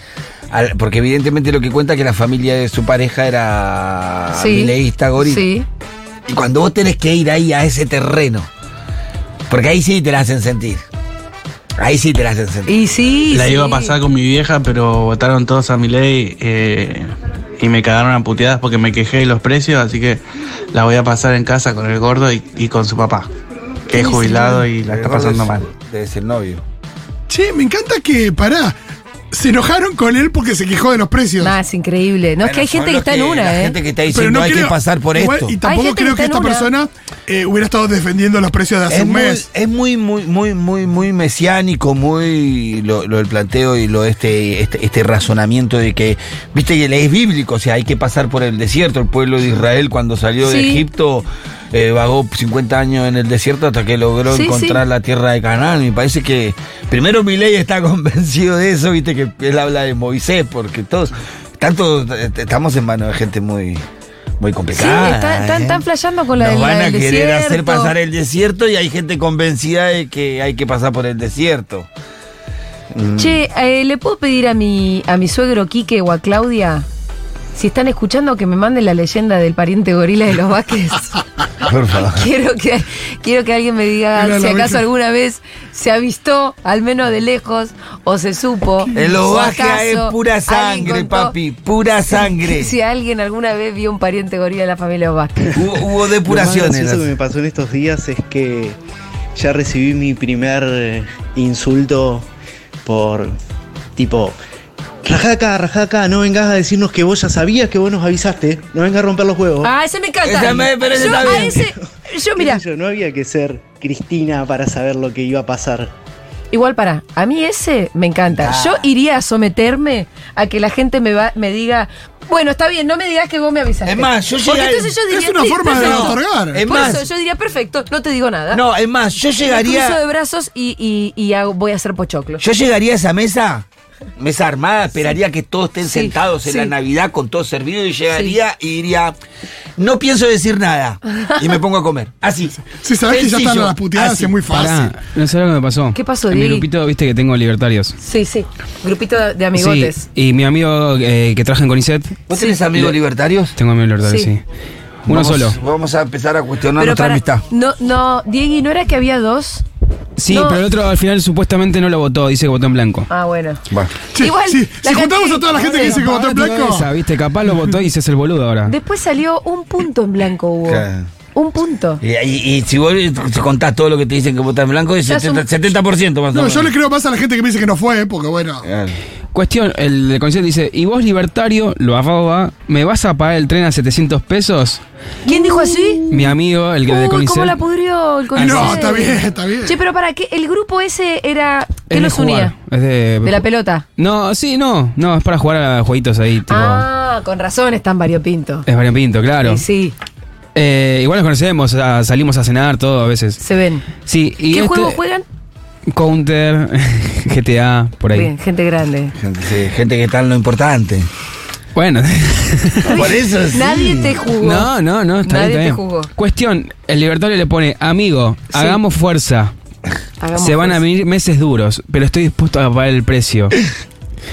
S3: al- porque evidentemente lo que cuenta es que la familia de su pareja era
S1: sí.
S3: mileísta gorila.
S1: Sí.
S3: Y cuando vos tenés que ir ahí a ese terreno, porque ahí sí te la hacen sentir. Ahí sí te la hacen sentir.
S1: Y sí.
S9: La
S1: sí.
S9: iba a pasar con mi vieja, pero votaron todos a mi ley eh, y me cagaron a puteadas porque me quejé de los precios, así que la voy a pasar en casa con el gordo y, y con su papá, que es jubilado y la está pasando mal.
S3: Debe ser novio.
S2: Che, me encanta que, pará, se enojaron con él porque se quejó de los precios.
S1: Nah, es increíble. No, es que hay gente que está en una,
S3: Hay
S1: ¿eh?
S3: gente que está diciendo hay
S2: creo-
S3: que pasar por
S2: igual-
S3: esto.
S2: Y tampoco
S1: gente que
S2: creo que
S1: está
S2: esta
S1: en una.
S2: persona eh, hubiera estado defendiendo los precios de hace
S3: Es
S2: un
S3: muy,
S2: mes.
S3: es muy, muy, muy, muy, muy mesiánico, muy lo, lo del planteo y lo este, este, este razonamiento de que, viste que es bíblico, o sea, hay que pasar por el desierto. El pueblo de Israel cuando salió de
S1: Sí.
S3: Egipto eh, vagó 50 años en el desierto hasta que logró
S1: Sí,
S3: encontrar la tierra de Canaán. Y parece que primero Milei está convencido de eso, viste que él habla de Moisés, porque todos, tanto eh, estamos en manos de gente muy... Muy complicada.
S1: está- están-
S3: ¿eh?
S1: están flasheando con la
S3: Nos
S1: del- la
S3: van a
S1: del
S3: querer hacer
S1: desierto.
S3: pasar el desierto y hay gente convencida de que hay que pasar por el desierto.
S1: Che, eh, ¿le puedo pedir a mi, a mi suegro Quique o a Claudia, si están escuchando, que me manden la leyenda del pariente gorila de los Vázquez?
S3: Por favor.
S1: quiero, que, quiero que alguien me diga
S2: Era
S1: si
S2: la
S1: acaso
S2: única.
S1: alguna vez se avistó, al menos de lejos, o se supo.
S3: El
S1: o
S3: ovaja es
S1: acaso
S3: pura
S1: alguien
S3: sangre,
S1: contó
S3: papi. Pura sangre.
S1: Si alguien alguna vez vio un pariente gorila de la familia Vázquez.
S3: Hubo, hubo
S10: Lo más
S3: depuraciones.
S10: gracioso que me pasó en estos días es que ya recibí mi primer eh, insulto por tipo. Rajaca, rajaca, no vengas a decirnos que vos ya sabías que vos nos avisaste. No vengas a romper los huevos.
S1: Ah, ese me encanta.
S3: Oh. Ese me- pero ese
S1: yo,
S3: está
S1: a
S3: bien.
S1: ese- yo, mira,
S10: Yo no había que ser Cristina para saber lo que iba a pasar.
S1: Igual para, a mí ese me encanta.
S3: Ah.
S1: Yo iría a someterme a que la gente me, va, me diga, bueno, está bien, no me digas que vos me avisaste.
S3: Es más, yo
S1: Porque
S3: llegué-
S1: entonces yo diría,
S2: Es una
S1: "Sí,
S2: forma de
S1: perfecto".
S2: otorgar.
S3: Es
S1: Por
S3: más-
S1: eso yo diría, perfecto, no te digo nada.
S3: No, es más, yo
S1: Me cruzo de
S3: llegaría.
S1: brazos y, y- y hago- voy a hacer pochoclo.
S3: Yo llegaría a esa mesa, mesa armada, esperaría que todos estén
S1: Sí,
S3: sentados en
S1: sí.
S3: la Navidad con todo servido y llegaría y diría, no pienso decir nada. Y me pongo a comer. Así.
S2: Si sabés que ya
S3: Sencillo, Ah,
S2: están las puteadas,
S3: así.
S2: es muy fácil.
S6: Pará, no sé lo que me pasó.
S1: ¿Qué pasó,
S6: En mi
S1: Diego?
S6: grupito, viste que tengo libertarios.
S1: Sí, sí. Grupito de, de amigotes.
S6: Sí, y mi amigo eh, que traje en Conicet,
S3: ¿Vos tenés amigos libertarios?
S6: tengo amigos libertarios,
S1: Sí.
S6: sí. Uno
S3: Vamos-
S6: solo.
S3: Vamos a empezar a cuestionar
S1: Pero
S3: nuestra
S1: para-
S3: amistad.
S1: No, no, Diego, ¿no era que había dos?
S6: Sí,
S1: No.
S6: pero el otro al final supuestamente no lo votó, dice que votó en blanco.
S1: Ah, bueno.
S3: Va.
S2: Che,
S1: Igual,
S2: si,
S1: la
S2: si
S1: gente-
S2: juntamos a toda la gente que dice que votó en
S6: Ahora te doy
S2: blanco.
S6: esa, ¿viste? Capaz lo votó y se es el boludo ahora.
S1: Después salió un punto en blanco, Hugo.
S3: Claro.
S1: Un punto.
S3: Y, y- y si vos te contás todo lo que te dicen que votas en blanco, es
S1: Ya es un-
S3: 70%, 70% más o
S2: No,
S3: menos.
S2: yo le creo más a la gente que me dice que no fue, porque bueno.
S3: Claro.
S6: Cuestión, el de Conicet dice, ¿y vos libertario, lo arroba, me vas a pagar el tren a 700 pesos?
S1: ¿Quién dijo así?
S6: Mi amigo, el que de Ah,
S1: Uy,
S6: Conicet.
S1: ¿Cómo la pudrió el Conicet?
S2: No, está bien, está bien.
S1: Che, pero para qué, el grupo ese era. ¿Qué
S6: Es de
S1: los unía?
S6: jugar, es de,
S1: De la pelota.
S6: No, sí, no, no, es para jugar a jueguitos ahí, tipo.
S1: Ah, con razón están variopinto.
S6: Es variopinto, claro.
S1: Y sí,
S6: Eh, igual nos conocemos, ah, salimos a cenar, todo a veces.
S1: se ven.
S6: Sí, y
S1: ¿Qué
S6: este-
S1: juego juegan?
S6: Counter, GTA, por ahí.
S1: Bien, gente grande.
S3: Gente, sí, gente que está en lo importante.
S6: Bueno.
S3: Por eso sí.
S1: Nadie te jugó.
S6: no, no, no, está
S1: Nadie
S6: bien, está
S1: te
S6: bien.
S1: jugó.
S6: Cuestión, el libertario le pone, amigo,
S1: Sí.
S6: hagamos fuerza.
S1: Hagamos
S6: Se van a
S1: fuerza.
S6: venir meses duros, pero estoy dispuesto a pagar el precio.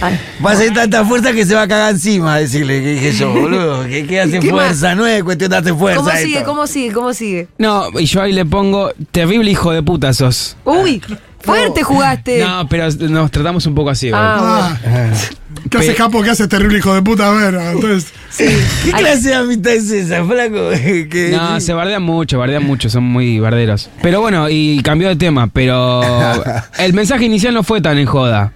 S1: Ay,
S3: Va a ser tanta fuerza que se va a cagar encima, decirle que dije yo, boludo, que, que hace
S1: ¿Qué más?
S3: fuerza, no es cuestión de hacer fuerza.
S1: ¿Cómo sigue?
S3: esto.
S1: ¿Cómo sigue? ¿Cómo sigue?
S6: No, y yo ahí le pongo, terrible hijo de puta sos.
S3: Ah,
S1: Uy, fuerte jugaste.
S6: No, pero nos tratamos un poco así, igual.
S1: Ah,
S2: Ah, ¿Qué
S6: Pe-
S2: hace Capo? ¿Qué hace terrible hijo de puta? A ver, entonces.
S3: ¿Qué clase de amistad es esa, flaco? Que-
S6: No, se bardean mucho, bardean mucho, son muy barderos. Pero bueno, y cambió de tema, pero el mensaje inicial no fue tan en joda.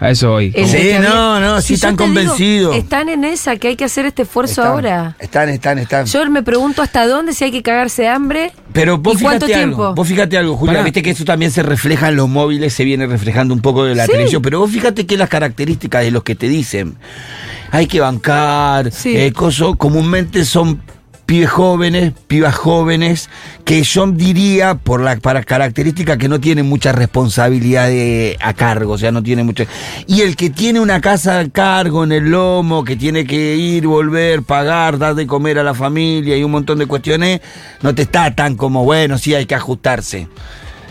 S6: A eso voy.
S1: El
S3: Sí,
S1: de que
S3: no, no, sí,
S1: yo
S3: están
S1: te digo,
S3: convencidos.
S1: están en esa, que hay que hacer este esfuerzo
S3: Están,
S1: ahora.
S3: Están, están, están.
S1: Yo me pregunto hasta dónde si hay que cagarse de hambre.
S3: Pero vos
S1: ¿Y cuánto
S3: fíjate
S1: tiempo?
S3: algo, vos fíjate algo, Julia,
S6: Pará.
S3: viste que eso también se refleja en los móviles, se viene reflejando un poco de la
S1: Sí.
S3: televisión, pero vos fíjate que las características de los que te dicen, hay que bancar,
S1: Sí.
S3: eh, coso, comúnmente son pibes jóvenes, pibas jóvenes, que yo diría, por la para característica que no tienen mucha responsabilidad de- a cargo, o sea, no tiene mucha... Y el que tiene una casa a cargo en el lomo, que tiene que ir, volver, pagar, dar de comer a la familia y un montón de cuestiones, no te está tan como, bueno, sí, hay que ajustarse.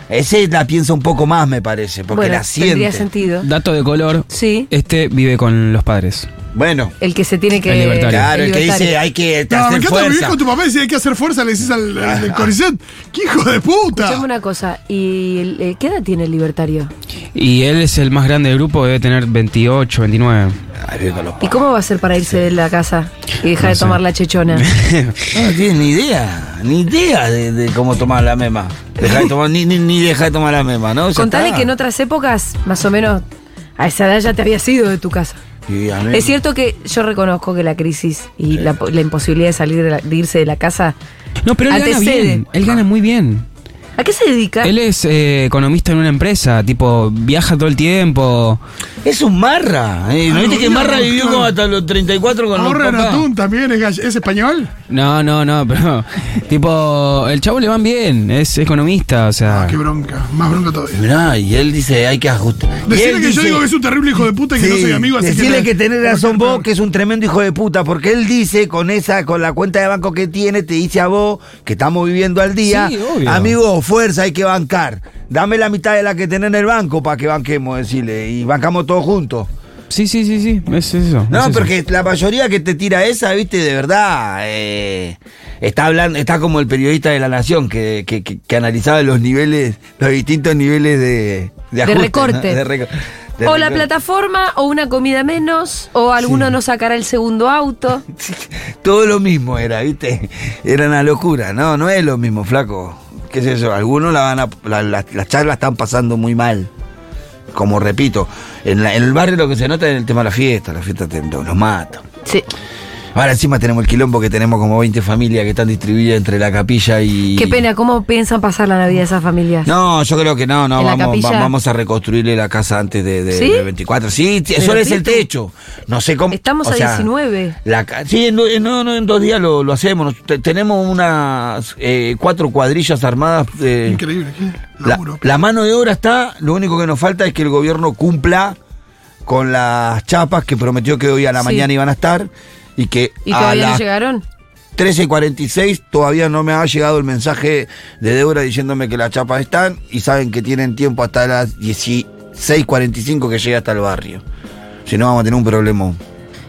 S3: Ese la piensa un poco más, me parece, porque
S1: bueno,
S3: la
S1: tendría
S3: siente.
S1: sentido.
S6: Dato de color,
S1: Sí,
S6: este vive con los padres.
S3: Bueno,
S1: el que se tiene que.
S6: El libertario.
S3: claro, el que
S1: libertario.
S3: dice hay que
S2: No, me
S3: hacer
S2: encanta vivir
S3: fuerza.
S2: con tu papá y decir hay que hacer fuerza, le decís al, al del Coricet. ¡Qué hijo de puta!
S1: Escuchame una cosa, ¿y el- eh, qué edad tiene el libertario?
S6: Y él es el más grande del grupo, debe tener 28, 29.
S3: Ay, vivo con los
S1: ¿Y cómo va a ser para irse de la casa y dejar
S6: No
S1: de
S6: sé.
S1: tomar la chechona?
S3: No tienes ni idea, ni idea de, de cómo tomar la mema. Deja de tomar, ni, ni, ni deja de tomar la mema, ¿no? Ya
S1: Contale
S3: está.
S1: que en otras épocas, más o menos, a esa edad ya te habías ido de tu casa.
S3: Y a mí-
S1: Es cierto que yo reconozco que la crisis y la, po- la imposibilidad de salir de, la- de irse de la casa.
S6: No, pero él
S1: Antecede.
S6: gana bien. Él gana muy bien.
S1: ¿A qué se dedica?
S6: Él es eh, economista en una empresa, tipo, viaja todo el tiempo.
S3: Es un marra. ¿eh? ¿No viste que Marra vivió como hasta los 34 con los
S2: Ahorra en
S3: papás?
S2: atún también, es, gall- es español.
S6: No, no, no, pero. Tipo, el chavo le van bien, es economista, o sea.
S2: Ah, qué bronca, más bronca todavía.
S3: Mirá, y él dice, hay que ajustar. Y
S2: Decirle
S3: él
S2: que yo
S3: dice-
S2: digo que es un terrible hijo de puta y que no
S3: Sí,
S2: soy amigo, así
S3: decile
S2: no-
S3: que, tenés razón vos, que es un tremendo hijo de puta, porque él dice con esa, con la cuenta de banco que tiene, te dice a vos que estamos viviendo al día,
S6: Sí, obvio.
S3: amigo, fuerza, hay que bancar. Dame la mitad de la que tenés en el banco para que banquemos, decirle, y bancamos todos juntos.
S6: Sí, sí, sí, sí, es eso. es
S3: No,
S6: eso.
S3: porque la mayoría que te tira esa, viste, de verdad, eh, está hablando, está como el periodista de la Nación que, que- que- que analizaba los niveles, los distintos niveles de, de, ajuste, ¿no?
S1: recorte.
S3: De reco- de
S1: o la
S3: recorte.
S1: plataforma, o una comida menos, o alguno no sacará el segundo auto.
S3: Todo lo mismo era, ¿viste? Era una locura. No, no es lo mismo, flaco. ¿Qué sé yo? Algunos la van a, la- la- las charlas están pasando muy mal. Como repito, en, la- en el barrio lo que se nota es el tema de la fiesta. La fiesta te, los mata.
S1: Sí.
S3: Ahora encima tenemos el quilombo que tenemos como 20 familias que están distribuidas entre la capilla y.
S1: Qué pena, ¿cómo piensan pasar la Navidad esas familias?
S3: No, yo creo que no, no,
S1: ¿En la
S3: vamos,
S1: capilla?
S3: va- vamos a reconstruirle la casa antes de, de-
S1: ¿Sí?
S3: de 24. Sí, t-
S1: Pero,
S3: solo es el
S1: Pitu,
S3: techo. No sé cómo.
S1: Estamos
S3: o
S1: a
S3: sea,
S1: 19.
S3: La, ca- sí, en, do- en- no, no, en dos días lo, lo hacemos. Nos- te- tenemos unas eh, cuatro cuadrillas armadas. eh,
S2: Increíble, qué
S3: la,
S2: laburo.
S3: la mano de obra está, lo único que nos falta es que el gobierno cumpla con las chapas que prometió que hoy a la
S1: Sí.
S3: mañana iban a estar y que
S1: ¿Y
S3: a
S1: todavía no
S3: las
S1: llegaron?
S3: 13.46 todavía no me ha llegado el mensaje de Débora diciéndome que las chapas están y saben que tienen tiempo hasta las 16.45 que llega hasta el barrio. Si no vamos a tener un problemón.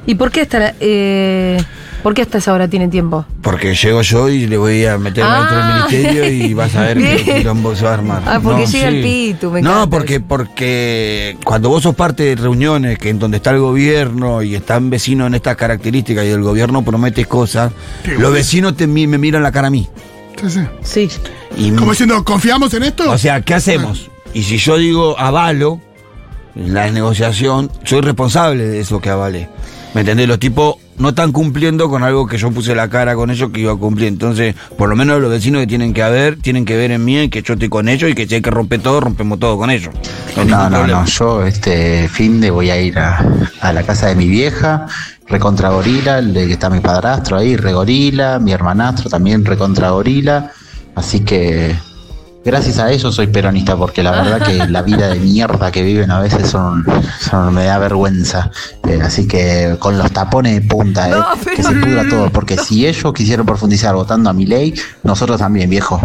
S1: ¿Y por qué hasta, la- eh, ¿por qué hasta esa hora tienen tiempo?
S3: Porque llego yo y le voy a meter
S1: Ah.
S3: adentro del ministerio y vas a ver qué
S1: Bien.
S3: quilombo se va a armar.
S1: Ah, porque llega el Pitu, me
S3: No,
S1: encanta
S3: porque,
S1: eso.
S3: porque cuando vos sos parte de reuniones que en donde está el gobierno y están vecinos en estas características y el gobierno promete cosas,
S2: Qué
S3: los
S2: bueno.
S3: vecinos te mi- me miran la cara a mí.
S2: Sí, sí.
S1: Sí.
S3: Y
S2: Como diciendo, ¿confiamos en esto?
S3: O sea, ¿qué hacemos? Y si yo digo avalo la negociación, soy responsable de eso que avalé. ¿Me entendés? Los tipos no están cumpliendo con algo que yo puse la cara con ellos que iba a cumplir. Entonces, por lo menos los vecinos que tienen que haber, tienen que ver en mí y que yo estoy con ellos y que si hay que romper todo, rompemos todo con ellos. No, hay ningún problema.
S11: yo este fin de voy a ir a, a la casa de mi vieja, recontra gorila, le- que está mi padrastro ahí, regorila, mi hermanastro también recontra gorila, así que gracias a eso soy peronista, porque la verdad que la vida de mierda que viven a veces son, son- me da vergüenza, Eh, así que con los tapones de punta, eh,
S1: No,
S11: que se
S1: pero-
S11: pudra todo, porque si ellos quisieron profundizar votando a mi ley, nosotros también, viejo.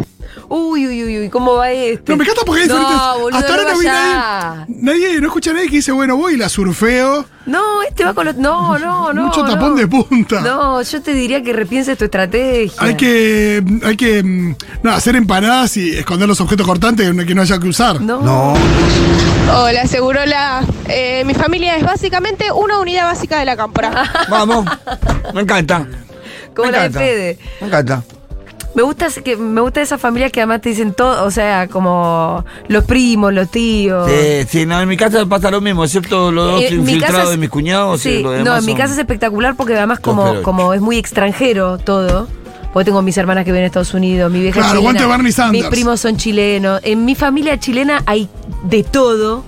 S1: Uy, uy, uy, uy, ¿cómo va este?
S2: No, me encanta porque hay diferentes.
S1: No, boludo,
S2: Hasta ahora
S1: no
S2: no vi
S1: vaya.
S2: nadie. Nadie, no escucha a nadie que dice, bueno, voy y la surfeo.
S1: No, este va con los. No, no, no.
S2: Mucho
S1: no.
S2: tapón de punta.
S1: No, yo te diría que repienses tu estrategia.
S2: Hay que, hay que mm, nada, hacer empanadas y esconder los objetos cortantes que no haya que usar.
S1: No.
S3: No,
S12: Hola, Segurola. Eh, mi familia es básicamente una unidad básica de la cámpora.
S3: vamos. Me encanta.
S1: Como
S3: me
S1: la de
S3: encanta.
S1: Fede.
S3: Me encanta.
S1: Me gusta ese que me gusta esas familias que además te dicen todo, o sea, como los primos, los tíos.
S3: Sí, sí, no, en mi casa pasa lo mismo, excepto los dos
S1: Oh. Eh, mi
S3: infiltrados
S1: casa es-
S3: de mis cuñados.
S1: Sí,
S3: y lo
S1: no,
S3: demás
S1: en mi
S3: son-
S1: casa es espectacular porque además
S3: Dos
S1: como,
S3: perochos.
S1: como es muy extranjero todo. Porque tengo mis hermanas que viven a Estados Unidos, mi vieja es
S2: Claro,
S1: chilena,
S2: aguante Bernie Sanders.
S1: mis primos son chilenos. En mi familia chilena hay de todo,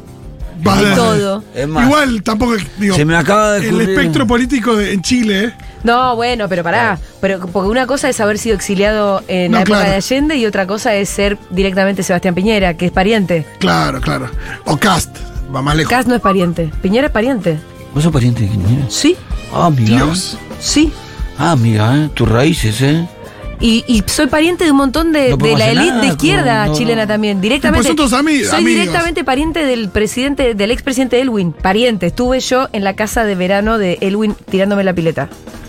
S2: Va
S1: de
S2: de-
S1: todo.
S3: Es más,
S2: Igual tampoco, digo,
S3: se me acaba de
S2: el
S3: ocurrir-
S2: espectro político de- en Chile, ¿eh?
S1: No, bueno, pero pará. Pero porque una cosa es haber sido exiliado en
S2: No,
S1: la época
S2: claro.
S1: de Allende y otra cosa es ser directamente Sebastián Piñera, que es pariente.
S2: claro, claro. O cast, va más lejos.
S1: Cas no es pariente. Piñera es pariente.
S3: ¿Vos sos pariente de quién es?
S1: Sí,
S3: Ah, mira.
S2: Dios.
S1: sí.
S3: Ah, mira, eh, tus raíces, ¿eh?
S1: Y, y soy pariente de un montón de, de
S3: No podemos
S1: la
S3: hacer
S1: élite
S3: nada,
S1: de
S3: como
S1: izquierda
S3: no-
S1: chilena también. Directamente.
S2: Y pues son todos ami-
S1: soy
S2: amigos.
S1: directamente pariente del presidente, del expresidente Elwin. Pariente. Estuve yo en la casa de verano de Elwin tirándome la pileta.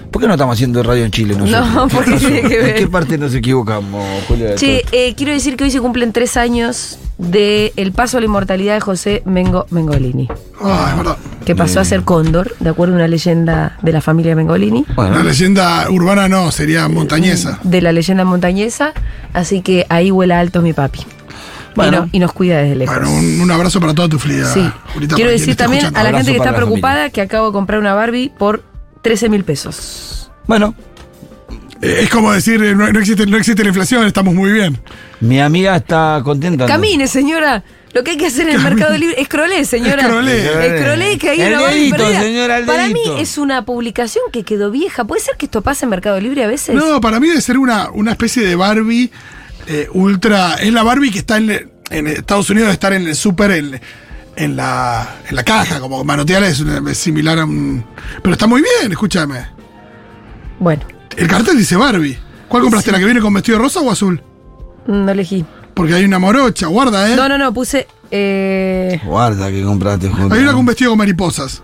S3: ¿Por qué no estamos haciendo radio en Chile nosotros?
S1: No,
S3: ¿Qué
S1: porque
S3: pasó?
S1: tiene que ver.
S3: ¿En qué parte nos equivocamos, Julia? de
S1: Che,
S3: todo esto?
S1: eh, quiero decir que hoy se cumplen tres años de El paso a la inmortalidad de José Mengo Mengolini.
S2: Ah, es verdad.
S1: que pasó a ser cóndor, de acuerdo a una leyenda de la familia Mengolini,
S2: La
S3: Bueno,
S2: leyenda urbana no, sería montañesa.
S1: de la leyenda montañesa, así que ahí vuela alto mi papi.
S3: Bueno.
S1: Y, no- y nos cuida desde lejos.
S2: Bueno, un, un abrazo para toda tu flida.
S1: sí. Quiero
S2: Julita, para quien
S1: decir
S2: esté
S1: también
S2: escuchando.
S1: a la
S3: Abrazo
S1: gente que está
S3: para la familia.
S1: preocupada que acabo de comprar una Barbie por 13 mil pesos.
S3: bueno,
S2: Eh, Es como decir, eh, no, no existe, no existe la inflación, estamos muy bien.
S3: mi amiga está contenta. ¿no?
S1: Camine, señora. Lo que hay que hacer en el mercado libre es crolé, señora.
S2: Escrolé.
S1: Escrolé, que hay
S3: El
S1: una Barbie
S3: dedito,
S1: perdida.
S3: señora, el
S1: Para mí
S3: dedito.
S1: es una publicación que quedó vieja. ¿Puede ser que esto pase en Mercado Libre a veces?
S2: No, para mí debe ser una, una especie de Barbie eh, ultra. Es la Barbie que está en, en Estados Unidos, de estar en el súper en, en la, en la caja, como manotear es, una- es similar a un. Pero está muy bien, escúchame.
S1: Bueno,
S2: El cartel dice Barbie. ¿Cuál compraste? ¿La que viene con vestido rosa o azul?
S1: mm, no elegí.
S2: Porque hay una morocha, guarda, ¿eh?
S1: No, no, no, puse. eh,
S3: Guarda que compraste junto.
S2: Hay una con un vestido con mariposas.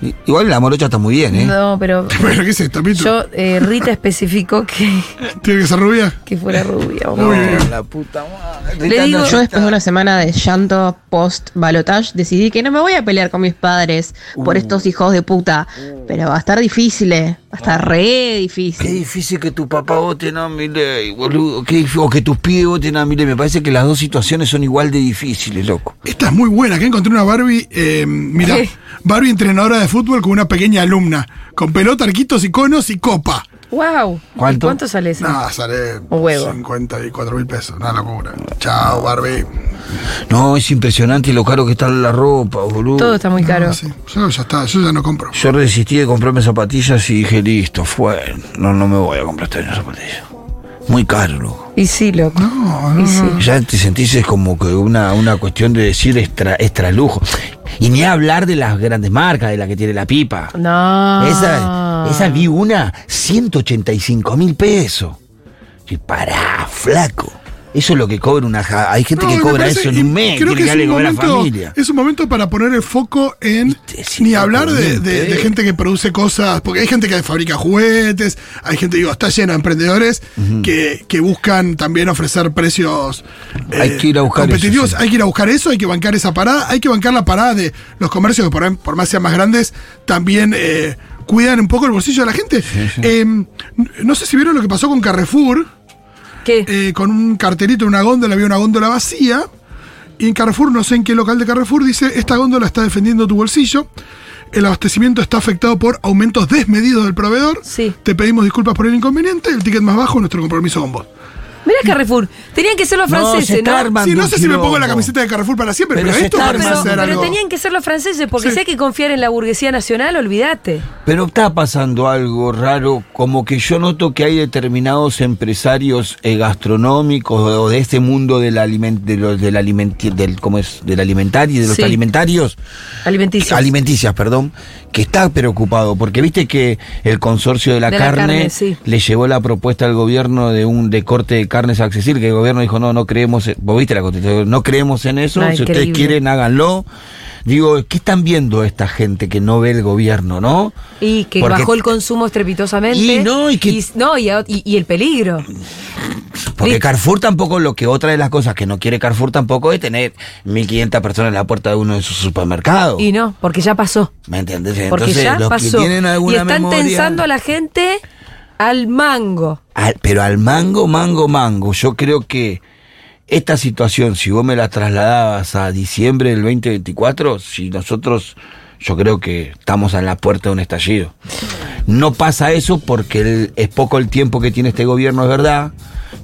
S3: I- Igual la morocha está muy bien, ¿eh?
S1: No, pero
S2: Bueno, ¿qué es esto, Pitu?
S1: yo, eh, Rita especificó que,
S2: ¿Tiene que ser rubia?
S1: que fuera rubia.
S3: No,
S1: boludo.
S3: la puta madre.
S1: Le
S3: Rita,
S1: digo-
S3: no,
S12: Yo después de una semana de llanto
S3: Uh.
S12: post balotage decidí que no me voy a pelear con mis padres por estos hijos de puta.
S13: Pero va a estar difícil, eh. Va a estar re difícil.
S3: Qué difícil que tu papá voten a Milei, boludo. Qué dif- o que tus pibes voten a Milei. Me parece que las dos situaciones son igual de difíciles, loco.
S2: Esta es muy buena, que encontré una Barbie, eh, mira, Barbie entrenadora de fútbol con una pequeña alumna, con pelota, arquitos y conos y copa.
S1: ¡Wow!
S2: ¿Cuánto?
S1: ¿Cuánto sale eso?
S2: Nada, sale
S1: Un huevo.
S2: 54 mil pesos, una locura. Chao, Barbie.
S3: No, es impresionante lo caro que está la ropa, boludo.
S1: Todo está muy caro.
S2: Yo ya está, yo ya no compro.
S3: Yo resistí de comprarme zapatillas y dije, listo, fue. No, no me voy a comprar esta zapatillas. Muy caro, loco.
S1: Y sí, loco.
S2: No,
S1: y sí.
S3: Ya te sentís es como que una, una cuestión de decir extra, extra lujo. Y ni hablar de las grandes marcas, de la que tiene la pipa.
S1: No. Ah.
S3: Esa, esa vi una, 185 mil pesos. Y pará, flaco. Eso es lo que cobra una. ja- Hay gente
S2: No,
S3: que
S2: me
S3: cobra
S2: parece-
S3: eso en
S2: y
S3: un mes.
S2: Creo
S3: tiene
S2: que es
S3: darle
S2: un,
S3: comer a la
S2: momento,
S3: familia.
S2: es un momento para poner el foco en ni hablar de, de- de gente que produce cosas, porque hay gente que fabrica juguetes, hay gente, digo, está llena de emprendedores que, que buscan también ofrecer precios eh,
S3: Hay que ir a buscar eso,
S2: competitivos.
S3: sí.
S2: Hay que ir a buscar eso, hay que bancar esa parada, hay que bancar la parada de los comercios que por, ahí, por más sean más grandes, también... eh, Cuidan un poco el bolsillo de la gente. Eh, no sé si vieron lo que pasó con Carrefour. Eh, con un cartelito en una góndola, había una góndola vacía. Y en Carrefour, no sé en qué local de Carrefour, dice, esta góndola está defendiendo tu bolsillo. El abastecimiento está afectado por aumentos desmedidos del proveedor. Te pedimos disculpas por el inconveniente. El ticket más bajo, nuestro compromiso con vos.
S1: Mirá Carrefour. Tenían que ser los
S2: No,
S1: franceses,
S2: se está
S1: ¿no?
S2: armando Sí, no un sé si me pongo quilombo. la camiseta de Carrefour para siempre, pero
S1: se
S2: esto
S1: está
S2: parece
S1: armando.
S2: ser
S1: pero,
S2: algo-
S1: tenían que ser los franceses, porque si hay que confiar en la burguesía nacional, olvídate.
S3: Pero está pasando algo raro, como que yo noto que hay determinados empresarios eh, gastronómicos o de este mundo del aliment, de los, del alimenti- del, ¿cómo es? del alimentario, de los
S1: Sí.
S3: alimentarios,
S1: Alimenticios.
S3: alimenticias, perdón, que está preocupado, porque viste que el consorcio de la
S1: De la
S3: carne,
S1: carne, sí.
S3: le llevó la propuesta al gobierno de un de corte de carnes accesible, que el gobierno dijo, no, no creemos, en-". vos viste la constitución, no creemos en eso,
S1: Ah,
S3: si ustedes
S1: increíble.
S3: quieren, háganlo. Digo, ¿qué están viendo esta gente que no ve el gobierno, no?
S1: Y que
S3: Porque-
S1: bajó el consumo estrepitosamente.
S3: Y no, y que-
S1: no, y a- y- y el peligro.
S3: Porque Carrefour tampoco, lo que otra de las cosas que no quiere Carrefour tampoco es tener 1.500 personas en la puerta de uno de sus supermercados.
S1: Y no, porque ya pasó.
S3: ¿Me entendés?
S1: Porque
S3: Entonces,
S1: ya
S3: los
S1: pasó.
S3: que tienen
S1: y
S3: alguna
S1: están
S3: memoria.
S1: tensando a la gente al mango.
S3: Al- pero al mango, mango, mango. Yo creo que esta situación, si vos me la trasladabas a diciembre del 2024, si nosotros, yo creo que estamos en la puerta de un estallido. No pasa eso porque el- es poco el tiempo que tiene este gobierno, es verdad.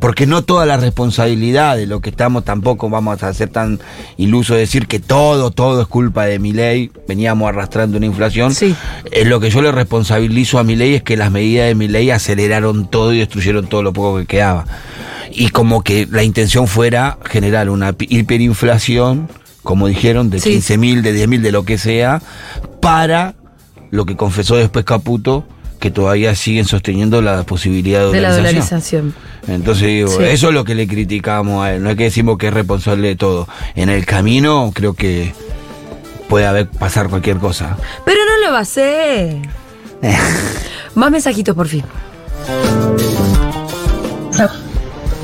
S3: Porque no toda la responsabilidad de lo que estamos tampoco vamos a ser tan ilusos de decir que todo, todo es culpa de mi ley. Veníamos arrastrando una inflación. Eh, lo que yo le responsabilizo a mi ley es que las medidas de mi ley aceleraron todo y destruyeron todo lo poco que quedaba. Y como que la intención fuera generar una pi- hiperinflación, como dijeron, de 15.000, de 10.000, de lo que sea, para lo que confesó después Caputo, que todavía siguen sosteniendo la posibilidad de
S1: De la
S3: dolarización.
S1: dolarización.
S3: Entonces digo,
S1: Sí.
S3: eso es lo que le criticamos a él, no es que decimos que es responsable de todo. En el camino creo que puede haber pasar cualquier cosa.
S1: Pero no lo va a hacer.
S3: Eh.
S1: Más mensajitos por fin.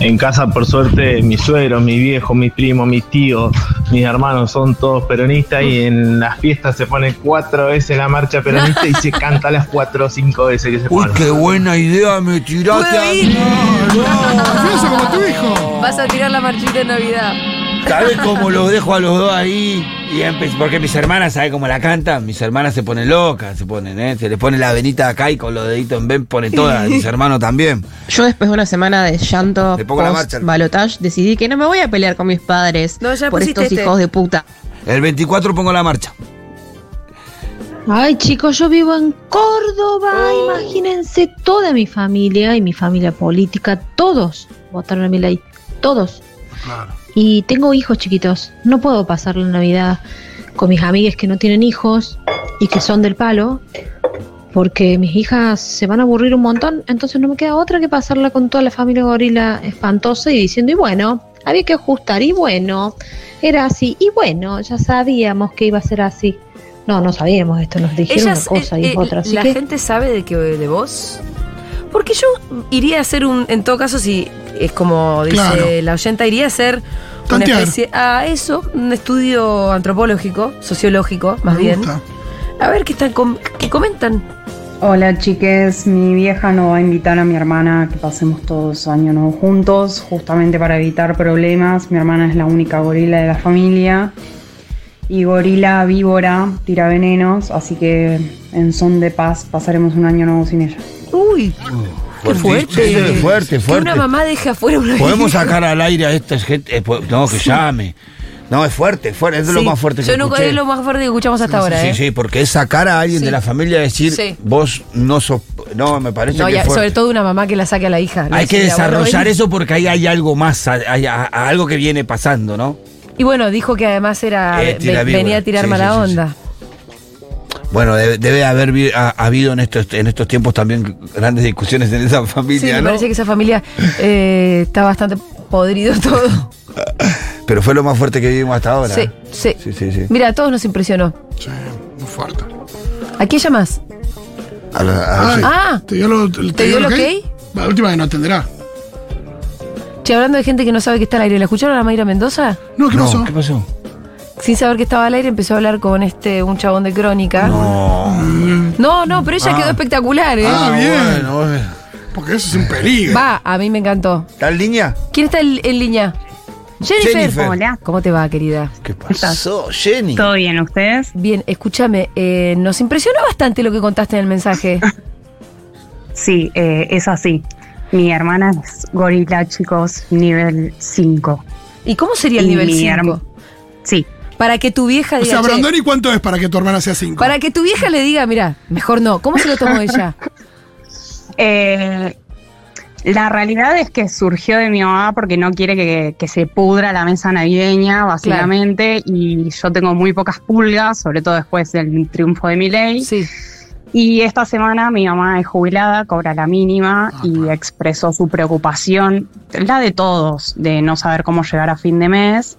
S14: En casa, por suerte, mis suegros, mis viejos, mis primos, mis tíos, mis hermanos son todos peronistas y en las fiestas se pone cuatro veces la marcha peronista y se canta las cuatro o cinco veces que se pone.
S3: qué buena idea me tiraste!
S1: a mí.
S2: Eso como tu hijo.
S1: Vas a tirar la marchita de Navidad.
S3: ¿Sabes cómo los dejo a los dos ahí? Y empe- porque mis hermanas, ¿sabes cómo la cantan? Mis hermanas se ponen locas, se ponen, ¿eh? Se les pone la venita acá y con los deditos en ven pone todas, mis hermanos también.
S13: Yo después de una semana de llanto
S3: Le pongo la
S13: post
S3: marcha.
S13: balotage decidí que no me voy a pelear con mis padres
S1: ya
S13: por
S1: pusiste
S13: estos
S1: este.
S13: hijos de puta.
S3: El 24 pongo la marcha.
S8: Ay, chicos, yo vivo en Córdoba.
S12: Oh.
S8: Imagínense toda mi familia y mi familia política, todos votaron a mi ley, todos. Y tengo hijos chiquitos. No puedo pasar la Navidad con mis amigas que no tienen hijos y que son del palo, porque mis hijas se van a aburrir un montón. Entonces no me queda otra que pasarla con toda la familia gorila espantosa y diciendo, y bueno, había que ajustar, y bueno, era así, y bueno, ya sabíamos que iba a ser así. No, no sabíamos esto, nos dijeron
S1: Ellas,
S8: una cosa y
S1: eh, eh,
S8: otra. Así
S1: la
S8: que
S1: gente sabe de que de vos. Porque yo iría a hacer un, en todo caso, si es como dice
S8: Claro.
S1: la oyenta, iría a hacer una
S8: Tantear.
S1: especie a eso, un estudio antropológico, sociológico, más
S2: Me
S1: bien.
S2: gusta.
S1: A ver qué están com- qué comentan.
S15: Hola chiques, mi vieja nos va a invitar a mi hermana a que pasemos todos año nuevo juntos, justamente para evitar problemas. Mi hermana es la única gorila de la familia y gorila víbora tira venenos, así que en son de paz pasaremos un año nuevo sin ella.
S1: Uy, qué
S3: Mm, Sí,
S1: fuerte.
S3: sí, fuerte,
S1: Que una
S3: fuerte.
S1: mamá deje afuera una
S3: Podemos sacar al aire a esta gente. Eh, po- No, que llame. No, es fuerte, fuerte, es de lo
S1: Sí.
S3: más fuerte
S1: Yo
S3: que
S1: nunca
S3: escuché.
S1: es lo más fuerte que escuchamos hasta ahora,
S3: Sí,
S1: ¿eh?
S3: sí, porque es sacar a alguien
S1: Sí.
S3: de la familia y decir,
S1: Sí.
S3: vos no sos. No, me parece
S1: No,
S3: que
S1: y a-
S3: es fuerte.
S1: sobre todo una mamá que la saque a la hija. La
S3: Hay que
S1: decía, bueno,
S3: desarrollar
S1: ven.
S3: eso porque ahí hay algo más, hay, hay- hay algo que viene pasando, ¿no?
S1: Y bueno, dijo que además era
S3: Eh, tira
S1: ve-
S3: víbora.
S1: venía a tirar
S3: Sí,
S1: mala
S3: sí, sí,
S1: onda.
S3: Bueno, debe, debe haber vi- ha- habido en estos, en estos tiempos también grandes discusiones en esa
S1: Sí,
S3: familia,
S1: me
S3: ¿no?
S1: parece que esa familia eh, está bastante podrido todo.
S3: Pero fue lo más fuerte que vivimos hasta ahora.
S1: Sí, sí.
S3: Sí, sí, sí.
S1: Mira, a todos nos impresionó.
S2: Muy fuerte.
S1: ¿A quién llamas?
S3: A la- a-
S2: Ay,
S1: Ah.
S2: ¿Te dio lo, te
S1: ¿Te dio el
S2: ok? La última que no atenderá.
S1: Che, hablando de gente que no sabe que está al aire, ¿la escucharon a Mayra Mendoza?
S2: No, ah, ¿qué pasó?
S3: ¿Qué pasó?
S1: Sin saber que estaba al aire, empezó a hablar con este un chabón de crónica.
S3: No.
S1: No, no, pero ella
S3: Ah.
S1: quedó espectacular, ¿eh?
S2: Ah, bien.
S3: Bueno, bueno.
S2: Porque eso es un peligro.
S1: Va, a mí me encantó.
S3: ¿Está en línea?
S1: ¿Quién está en, en línea? Jennifer.
S3: Jennifer. Hola.
S1: ¿Cómo te va, querida?
S3: ¿Qué pasó, Jenny?
S1: ¿Todo bien, ustedes? Bien, escúchame, eh, nos impresionó bastante lo que contaste en el mensaje.
S15: Sí, eh, es así. Mi hermana es gorila, chicos, nivel 5.
S1: ¿Y cómo sería el nivel 5?
S15: Sí.
S1: Para que tu vieja
S2: O
S1: diga.
S2: sea,
S1: "Che,
S2: Brandoni, ¿cuánto es para que tu hermana sea Eh, 5?
S1: para que tu vieja le diga, mira, mejor no. ¿Cómo se lo tomó ella?
S15: Eh, la realidad es que surgió de mi mamá porque no quiere que, que se pudra la mesa navideña, básicamente, y yo tengo muy pocas pulgas, sobre todo después del triunfo de mi ley. Y esta semana mi mamá es jubilada, cobra la mínima y expresó su preocupación, la de todos, de no saber cómo llegar a fin de mes.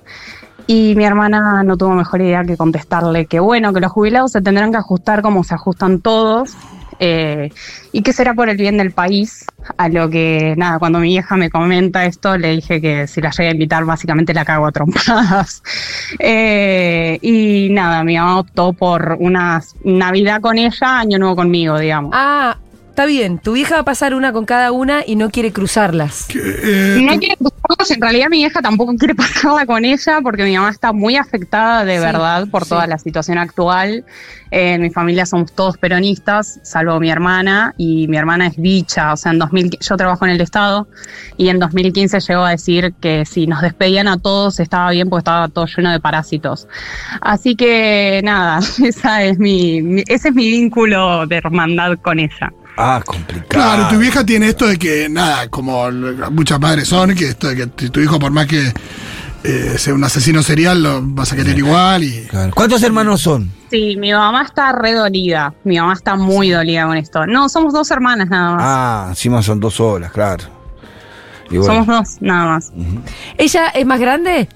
S15: Y mi hermana no tuvo mejor idea que contestarle que bueno, que los jubilados se tendrán que ajustar como se ajustan todos eh, y que será por el bien del país. A lo que, nada, cuando mi vieja me comenta esto, le dije que si la llegué a invitar, básicamente la cago a trompadas. Eh, y nada, mi mamá optó por una Navidad con ella, Año Nuevo conmigo, digamos.
S1: Ah, está bien. Tu vieja va a pasar una con cada una y no quiere cruzarlas.
S2: eh,
S1: Eh,
S15: No quiere cruzarlos, en realidad mi vieja tampoco quiere pasarla con ella porque mi mamá está muy afectada de
S1: Sí,
S15: verdad por toda la situación actual. Eh, en mi familia somos todos peronistas, salvo mi hermana, y mi hermana es bicha, o sea, en 2000, yo trabajo en el Estado y en 2015 llegó a decir que si nos despedían a todos estaba bien porque estaba todo lleno de parásitos. Así que nada, esa es mi, mi- ese es mi vínculo de hermandad con ella.
S3: Ah, complicado.
S2: Claro, tu vieja tiene esto de que, nada, como l- muchas madres son, que esto de que tu tu hijo, por más que eh, sea un asesino serial, lo vas a querer igual y.
S3: ¿Cuántos hermanos son?
S15: Sí, mi mamá está re dolida. Mi mamá está muy dolida con esto. No, somos dos hermanas nada más.
S3: Ah, encima son dos olas, claro. Y bueno. Mm.
S15: Somos dos nada más.
S1: ¿Ella es más grande?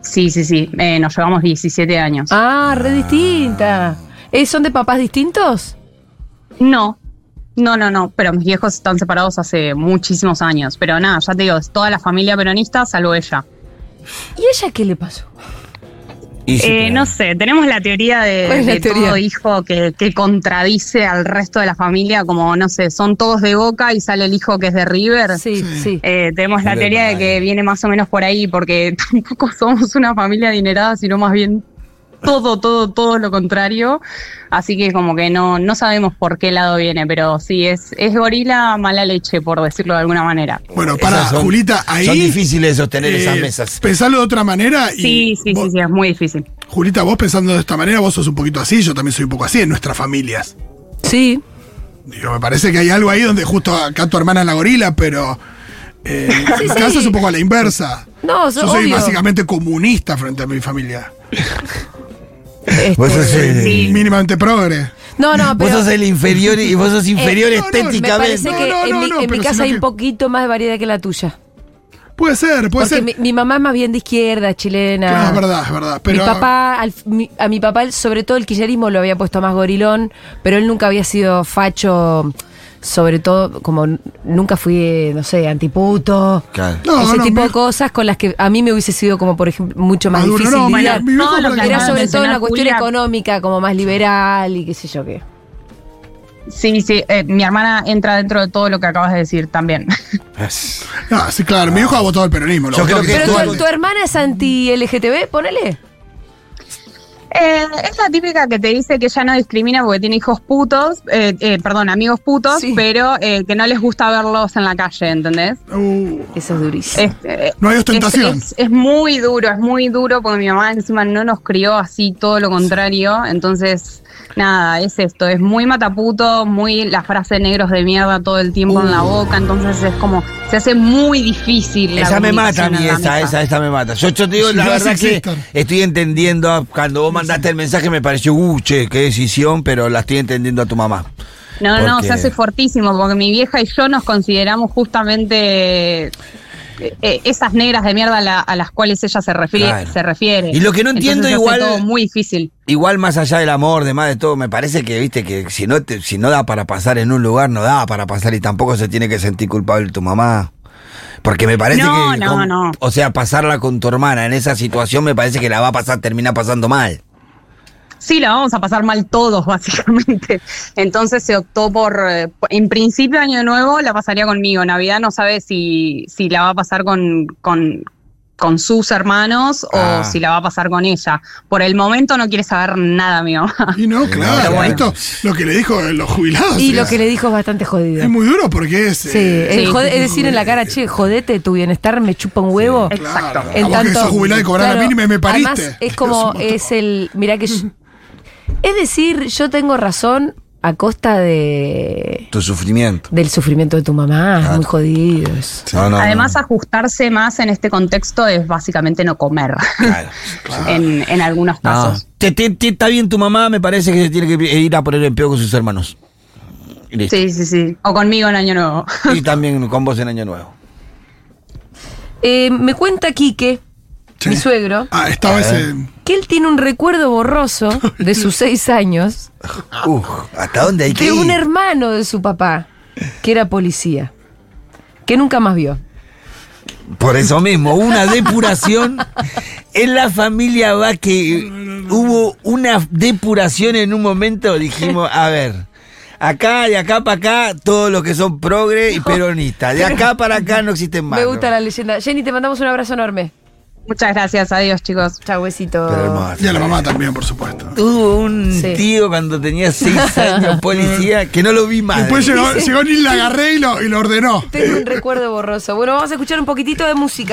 S15: Sí, sí, sí. Eh, nos llevamos 17 años.
S1: Ah, re distinta. Eh, ¿Son de papás distintos?
S15: No. No, no, no, pero mis viejos están separados hace muchísimos años. Pero nada, ya te digo, es toda la familia peronista, salvo ella.
S1: ¿Y ella qué le pasó?
S3: Y sí,
S15: Eh,
S3: claro.
S15: no sé, tenemos la teoría de,
S1: ¿Cuál es la
S15: de
S1: teoría?
S15: todo hijo que, que contradice al resto de la familia, como no sé, son todos de Boca y sale el hijo que es de River.
S1: Sí, sí.
S15: Eh. tenemos la
S1: River
S15: teoría de que viene más o menos por ahí, porque tampoco somos una familia adinerada, sino más bien todo, todo, todo lo contrario. Así que como que no, no sabemos por qué lado viene, pero sí, es, es gorila mala leche, por decirlo de alguna manera.
S2: Bueno, para,
S3: Esas son-
S2: Julita, ahí.
S3: Son difíciles sostener esas
S2: eh,
S3: mesas.
S2: Pensarlo de otra manera y.
S15: Sí, sí, sí, sí, es muy difícil.
S2: Julita, vos pensando de esta manera, vos sos un poquito así, yo también soy un poco así en nuestras familias.
S1: Sí.
S2: Digo, me parece que hay algo ahí donde justo acá tu hermana es la gorila, pero. Eh,
S1: Sí,
S2: en mi
S1: sí.
S2: casa es un poco a la inversa.
S1: No,
S2: yo
S1: so-
S2: soy
S1: obvio. Este,
S2: básicamente comunista frente a mi familia. Eh,
S3: Vos sos el,
S2: Mínimamente progre.
S1: No, no, pero.
S3: vos sos el inferior y vos sos inferior
S1: Eh, no, no,
S3: estéticamente.
S1: Me parece que
S2: No, no,
S1: en
S2: no,
S1: mi,
S2: no,
S1: en mi
S2: pero
S1: casa
S2: sino
S1: hay
S2: que-
S1: un poquito más de variedad que la tuya.
S2: Puede ser, puede
S1: Porque
S2: ser.
S1: mi, mi mamá es más bien de izquierda, chilena.
S2: Claro, es verdad, es verdad, pero-
S1: Mi papá, al- mi- a mi papá, sobre todo el kirchnerismo lo había puesto más gorilón, pero él nunca había sido facho, sobre todo, como n- nunca fui, eh, no sé, antiputo.
S3: Claro.
S2: No,
S1: ese
S2: no,
S1: tipo
S2: mi-
S1: de cosas con las que a mí me hubiese sido como por ejemplo mucho más
S2: Maduro,
S1: difícil
S2: no, mi-
S1: lidiar.
S2: mi viejo No, lo para que que
S1: era
S2: acaba
S1: sobre
S2: de
S1: todo
S2: mencionar
S1: una cuestión
S2: Julia-
S1: económica como más liberal y qué sé yo qué
S15: Sí, sí, eh, mi hermana entra dentro de todo lo que acabas de decir también.
S2: Ah, sí, claro, mi hijo ha votado el peronismo. lo
S3: Yo
S2: votó
S3: creo que
S2: que-
S3: estuvo-
S1: Pero tu, tu hermana es anti-LGTB, ponele.
S15: Eh, es la típica que te dice que ya no discrimina porque tiene hijos putos, eh, eh, perdón, amigos putos, pero eh, que no les gusta verlos en la calle, ¿entendés?
S2: Uh,
S1: Eso es durísimo.
S15: Este,
S2: No hay
S15: es-
S2: ostentación.
S15: Es, es muy duro, es muy duro porque mi mamá encima no nos crió así, todo lo contrario. Entonces, nada, es esto, es muy mataputo, muy la frase negros de mierda todo el tiempo en la
S3: Uh.
S15: boca. Entonces es como, se hace muy difícil. la
S3: Esa me mata a
S15: comunicación
S3: mí,
S15: en la
S3: esa,
S15: mesa.
S3: esa, esa me mata. Yo, yo te digo,
S2: Sí,
S3: la
S2: yo
S3: verdad
S2: sí
S3: que
S2: existo.
S3: estoy entendiendo, a- cuando vos mandaste el mensaje me pareció, uh, che, qué decisión, pero la estoy entendiendo a tu mamá.
S15: No, no,
S3: Porque-
S15: se hace fortísimo porque mi vieja y yo nos consideramos justamente eh, eh, esas negras de mierda a, la- a las cuales ella se refiere.
S3: Claro.
S15: Se refiere.
S3: Y lo que no entiendo
S15: Entonces,
S3: igual-
S15: hace todo muy difícil.
S3: Igual más allá del amor, de más de todo, me parece que, viste, que si no, te- si no da para pasar en un lugar, no da para pasar y tampoco se tiene que sentir culpable tu mamá. Porque me parece
S15: No,
S3: que...
S15: no,
S3: con-
S15: no.
S3: O sea, pasarla con tu hermana en esa situación me parece que la va a pasar, termina pasando mal.
S15: Sí, la vamos a pasar mal todos, básicamente. Entonces se optó por, eh, en principio año nuevo la pasaría conmigo. Navidad no sabe si, si la va a pasar con, con, con sus hermanos
S3: Ah.
S15: o si la va a pasar con ella. Por el momento no quiere saber nada mi mamá.
S2: Y no,
S3: Pero
S2: claro,
S3: bueno.
S2: esto, lo que le dijo los jubilados.
S1: Y lo
S2: o sea,
S1: que le dijo es bastante jodido.
S2: Es muy duro porque es.
S1: Sí,
S2: eh,
S1: el jode- es decir en la cara, che, jodete, tu bienestar me chupa un huevo.
S2: Claro, a
S1: En
S2: vos que sos jubilado y cobrás
S1: claro,
S2: la mínima y me pariste.
S1: Además, es como, es el, mirá que yo- es decir, yo tengo razón a costa de
S3: Tu sufrimiento.
S1: del sufrimiento de tu mamá, es muy jodido eso.
S3: No, no,
S15: Además, ajustarse más en este contexto es básicamente no comer
S3: no. Claro. Ah,
S15: en, en algunos
S3: No.
S15: casos.
S3: Te- te- te- está bien tu mamá, me parece que se tiene que ir a poner en peo con sus hermanos. Y listo.
S15: Sí, sí, sí. O conmigo en año nuevo.
S3: Y también con vos en Año Nuevo.
S1: Eh, me cuenta Quique, mi suegro,
S2: Ah, estaba ese.
S1: que él tiene un recuerdo borroso de sus seis años
S2: Ah.
S3: Uf, ¿hasta dónde hay que
S1: de un
S3: ir?
S1: hermano de su papá, que era policía, que nunca más vio.
S3: Por eso mismo, una depuración. en la familia va que hubo una depuración en un momento, dijimos, a ver. Acá, de acá para acá, todos los que son progre y peronistas. De acá para acá no existen más.
S1: Me
S3: ¿no?
S1: gusta la leyenda. Jenny, te mandamos un abrazo enorme.
S15: Muchas gracias. Adiós, chicos.
S1: Chau, besito.
S3: Pero hermoso.
S2: Y a la mamá también, por supuesto.
S3: Tuvo un
S1: Sí.
S3: tío cuando tenía seis años policía que no lo vi más.
S2: Después llegó,
S1: Dice-
S2: llegó Neil Lagarré y lo, y lo ordenó.
S1: Tengo un recuerdo borroso. Bueno, vamos a escuchar un poquitito de música.